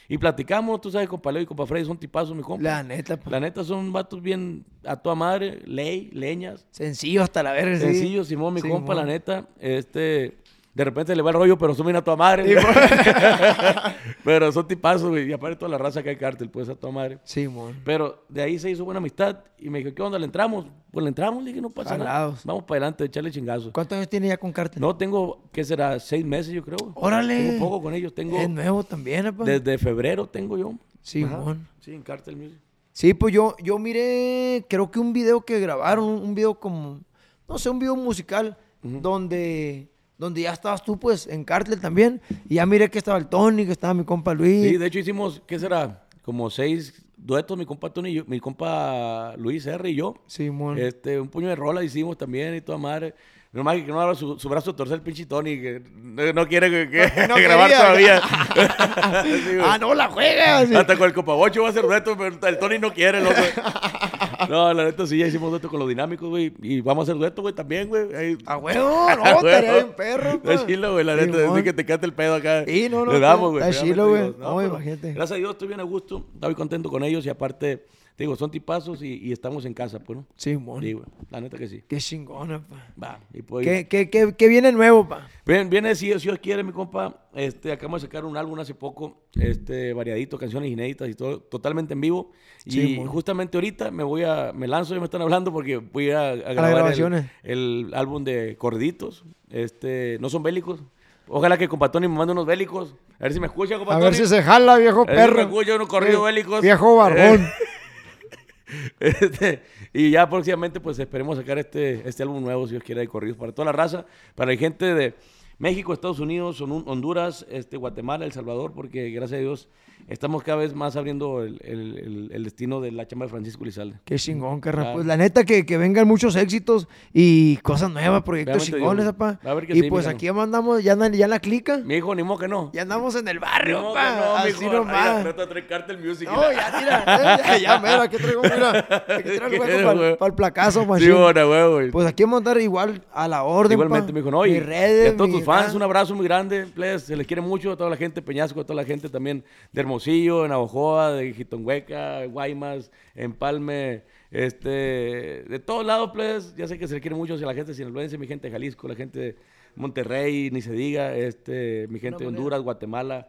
S2: Y platicamos, tú sabes, compa Leo y compa Freddy son tipazos, mi compa.
S1: La neta, pues, pa.
S2: La neta son vatos bien a toda madre, ley, leñas.
S1: Sencillo hasta la verga. sí.
S2: Sencillo, Simón, mi compa,
S1: Simón.
S2: la neta, este, de repente le va el rollo, pero son bien a tu madre. güey. pero son tipazos, güey, y aparte toda la raza que hay cártel, pues a tu madre.
S1: Simón.
S2: Pero de ahí se hizo buena amistad y me dijo, ¿qué onda? ¿Le entramos? Pues le entramos, le dije, no pasa nada.
S1: Jalados.
S2: Vamos para adelante, echarle chingazos.
S1: ¿Cuántos años tiene ya con cártel?
S2: No, tengo, ¿qué será? Seis meses, yo creo. güey.
S1: Órale.
S2: Tengo poco con ellos, tengo,
S1: Es nuevo también, apa.
S2: desde febrero tengo yo.
S1: Simón.
S2: Sí, en cártel, Music.
S1: Sí, pues yo, yo miré, creo que un video que grabaron, un video como, no sé, un video musical, donde, donde ya estabas tú, pues, en Cartel también. Y ya miré que estaba el Tony, que estaba mi compa Luis.
S2: Sí, de hecho hicimos, ¿qué será? Como seis duetos, mi compa Tony, y yo- mi compa Luis R y yo.
S1: Simón.
S2: Este, un puño de rola hicimos también y toda madre. Nomás que no abra su, su brazo a torcer el pinche Tony, que no, no quiere que, que
S1: No
S2: grabar
S1: quería.
S2: todavía. Sí, güey. Ah,
S1: ah, no la juegas.
S2: Hasta con el Copa Bocho va a hacer dueto, pero el Tony no quiere, loco. No, la neta sí, ya hicimos dueto con los dinámicos, güey. Y vamos a hacer dueto, güey, también, güey. Ahí-
S1: A huevo, no,
S2: Ah,
S1: estaría
S2: huevo.
S1: bien perro. pues.
S2: Está chilo, güey, la neta,
S1: Simón.
S2: desde que te canta el pedo acá.
S1: Sí, no, no,
S2: Le damos,
S1: está-
S2: güey.
S1: está
S2: realmente,
S1: chilo, güey.
S2: digo,
S1: No,
S2: pero
S1: imagínate.
S2: Gracias a Dios, estoy bien a gusto, estoy contento con ellos y aparte, te digo, son tipazos y, y estamos en casa, pues, ¿no?
S1: Simón.
S2: Sí, güey, la neta que sí.
S1: Qué chingona, pa.
S2: Va, y pues...
S1: ¿Qué, qué, qué, qué viene nuevo, pa?
S2: Bien, viene, si, si Dios quiere, mi compa, este, acabamos de sacar un álbum hace poco, este, variadito, canciones inéditas y todo, totalmente en vivo.
S1: Sí,
S2: y
S1: mon.
S2: justamente ahorita me voy a, me lanzo, ya me están hablando porque voy a, a grabar el-
S1: grabaciones.
S2: El, álbum de Corditos, este, no son bélicos. Ojalá que compa Tony me mande unos bélicos, a ver si me escucha, compa
S3: A ver
S2: Tony.
S3: si se jala, viejo
S2: A ver si me
S3: perro.
S2: escucha unos corridos
S3: Eh,
S2: bélicos.
S3: Viejo
S1: Eh.
S3: barbón.
S2: Este, y ya próximamente, pues esperemos sacar este, este álbum nuevo, si Dios quiere, de corridos para toda la raza, para la gente de México, Estados Unidos, Hon- Honduras, este, Guatemala, El Salvador, porque gracias a Dios estamos cada vez más abriendo el, el- el- el destino de la chamba de Francisco Lizalde.
S1: Qué chingón, carnal.
S2: Claro.
S1: Pues la neta que, que vengan muchos éxitos y cosas nuevas, proyectos
S2: Realmente,
S1: chingones,
S2: Dios,
S1: apa.
S2: a ver que
S1: y
S2: sí,
S1: pues
S2: míralo.
S1: aquí ya mandamos, ya, andan- ya en la clica.
S2: Mi hijo, ni modo que no.
S1: Ya andamos en el
S2: Ni
S1: barrio,
S2: modo que
S1: pa.
S2: mijo.
S1: así
S2: Ahí la
S1: nomás.
S2: trata de traer Cartel Music.
S1: No, ya tira. eh, ya, ya, mira, aquí traigo, mira. Aquí traigo el
S2: Quiero,
S1: hueco para
S2: güey.
S1: el placazo,
S2: Sí,
S1: machín.
S2: bueno, güey, güey.
S1: Pues aquí vamos a andar igual a la orden,
S2: Igualmente,
S1: pa.
S2: me dijo, no, y,
S1: Mis redes,
S2: y a todos
S1: mi-
S2: tus fans,
S1: ah,
S2: un abrazo muy grande, please, se les quiere mucho a toda la gente de Peñasco, a toda la gente también de Hermosillo, de Navojoa, de Jitonhueca, Guaymas, Empalme, este, de todos lados, please, ya sé que se les quiere mucho a la gente de Sinaloense, mi gente de Jalisco, la gente de Monterrey, ni se diga, este, mi gente de Honduras, Guatemala.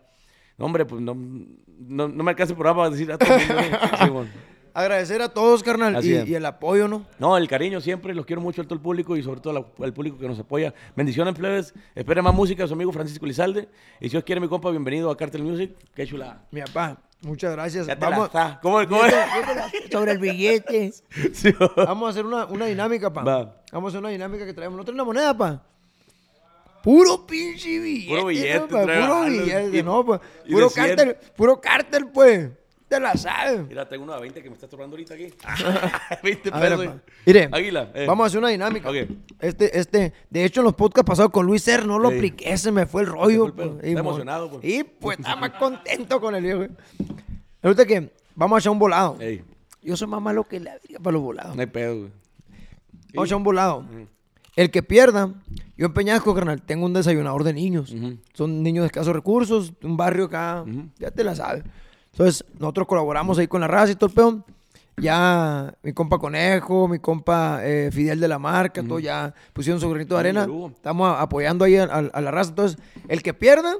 S2: No, hombre, pues no, no, no me alcanza el programa para decir a todo el mundo, ¿no? Sí, bueno.
S1: Agradecer a todos, carnal,
S2: Así
S1: y,
S2: es.
S1: y el apoyo, ¿no?
S2: No, el cariño siempre, los quiero mucho a todo el público y sobre todo la- al público que nos apoya. Bendiciones, plebes. Esperen más música de su amigo Francisco Lizalde. Y si Dios quiere, mi compa, bienvenido a Cartel Music. Qué chula.
S1: Mi papá, muchas gracias.
S2: Ya te la
S1: Vamos
S2: está. ¿Cómo, cómo es?
S1: sobre el billete.
S2: Sí, va.
S1: Vamos a hacer una, una dinámica, pa.
S2: Va.
S1: Vamos a hacer una dinámica que traemos. ¿No traes una moneda, pa? Puro pinche billete.
S2: Puro
S1: ¿no,
S2: billete
S1: pa?
S2: trae,
S1: Puro
S2: ah, los-
S1: billete,
S2: y-
S1: no, pa.
S2: y
S1: Puro
S2: de cien.
S1: cártel, puro cártel, pues. Te la sabe.
S2: Mira, tengo uno de 20 que me está estorbando ahorita aquí. 20
S1: Ah. A ver,
S2: pesos.
S1: pa. Mire,
S2: Águila. eh.
S1: vamos a hacer una dinámica.
S2: Ok.
S1: Este, este, de hecho, en los podcasts pasados con Luis Ser no lo
S2: Sí.
S1: apliqué, se me fue el rollo.
S2: Se fue el pedo.
S1: y
S2: Está
S1: mo-
S2: emocionado, pues.
S1: Y pues está más contento con el viejo. Ahorita que vamos a echar un volado.
S2: Ey,
S1: Yo soy más malo que la verga para los volados.
S2: no hay pedo, güey.
S1: Vamos a echar un volado. El que pierda, yo en Peñasco, carnal, tengo un desayunador de niños. Son niños de escasos recursos, de un barrio acá, ya te la sabes. Entonces, nosotros colaboramos ahí con la raza y todo el peón. Ya mi compa Conejo, mi compa eh, Fidel de la Marca, todo ya pusieron su granito de
S2: Ay,
S1: arena.
S2: boludo.
S1: Estamos a- apoyando ahí a, a- a la raza. Entonces, el que pierda,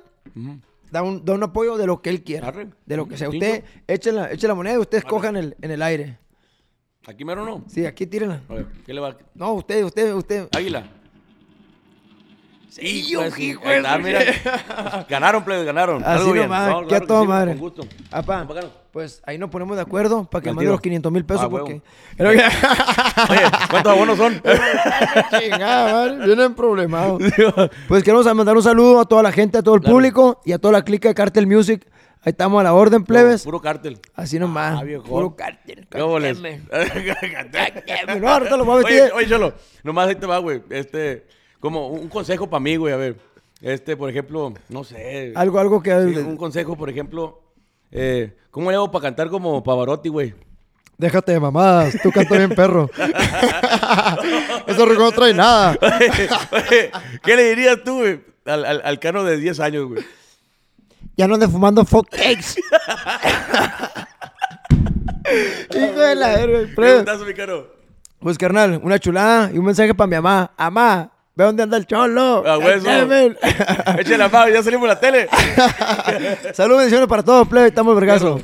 S1: da, un, da un apoyo de lo que él quiera.
S2: Arre.
S1: De lo que sea.
S2: Tincho.
S1: Usted eche la, eche la moneda y ustedes cojan el, en el aire.
S2: ¿Aquí mero no?
S1: Sí, aquí tírenla.
S2: A ver, ¿qué le va?
S1: No, usted, usted, usted.
S2: Águila.
S1: Sí,
S2: Hijo de
S1: hijo,
S2: su-
S1: hijo
S2: Ahí
S1: de
S2: está,
S1: su-
S2: mira. Ganaron, plebe, ganaron.
S1: Así
S2: Algo bien.
S1: nomás,
S2: No,
S1: que a
S2: claro
S1: toda
S2: sí,
S1: madre.
S2: Con gusto.
S1: Apá,
S2: Apácalo.
S1: Ah, pues ahí nos ponemos de acuerdo para que
S2: Al
S1: mande
S2: tiro.
S1: los 500 mil pesos
S2: Ah, huevo.
S1: porque... Creo que-
S2: Oye, ¿cuántos abonos son?
S1: Chingada, madre, vienen problemados. Pues queremos mandar un saludo a toda la gente, a todo el público y a toda la clica de Cartel Music. Ahí estamos a la orden, plebes.
S2: Puro cártel.
S1: Así nomás.
S2: Ah, viejo.
S1: Puro cartel.
S2: ¿Qué boles?
S1: cartelme. Cartelme. No, ahorita lo voy a vestir.
S2: Oye, oye, Cholo, nomás ahí te va, güey. Este, como un un consejo para mí, güey, a ver. Este, por ejemplo, no sé.
S1: Algo, algo que...
S2: Sí, un consejo, por ejemplo. eh, ¿Cómo le hago para cantar como Pavarotti, güey?
S3: Déjate de mamadas, tú cantas bien perro. Eso rico no trae nada.
S2: Oye, ¿Qué le dirías tú, güey? Al, al, al cano de 10 años, güey.
S1: Ya no andes fumando fuck cakes. Hijo de la verga,
S2: ¿Qué
S1: plebes.
S2: gustazo, mi cano?
S1: Pues carnal, una chulada y un mensaje para mi mamá. Amá, ve dónde anda el cholo.
S2: A Ah, hueso.
S1: Cartemen.
S2: Eche la mano, ya salimos a la tele.
S1: Saludos, bendiciones para todos, plebe. Estamos vergazo.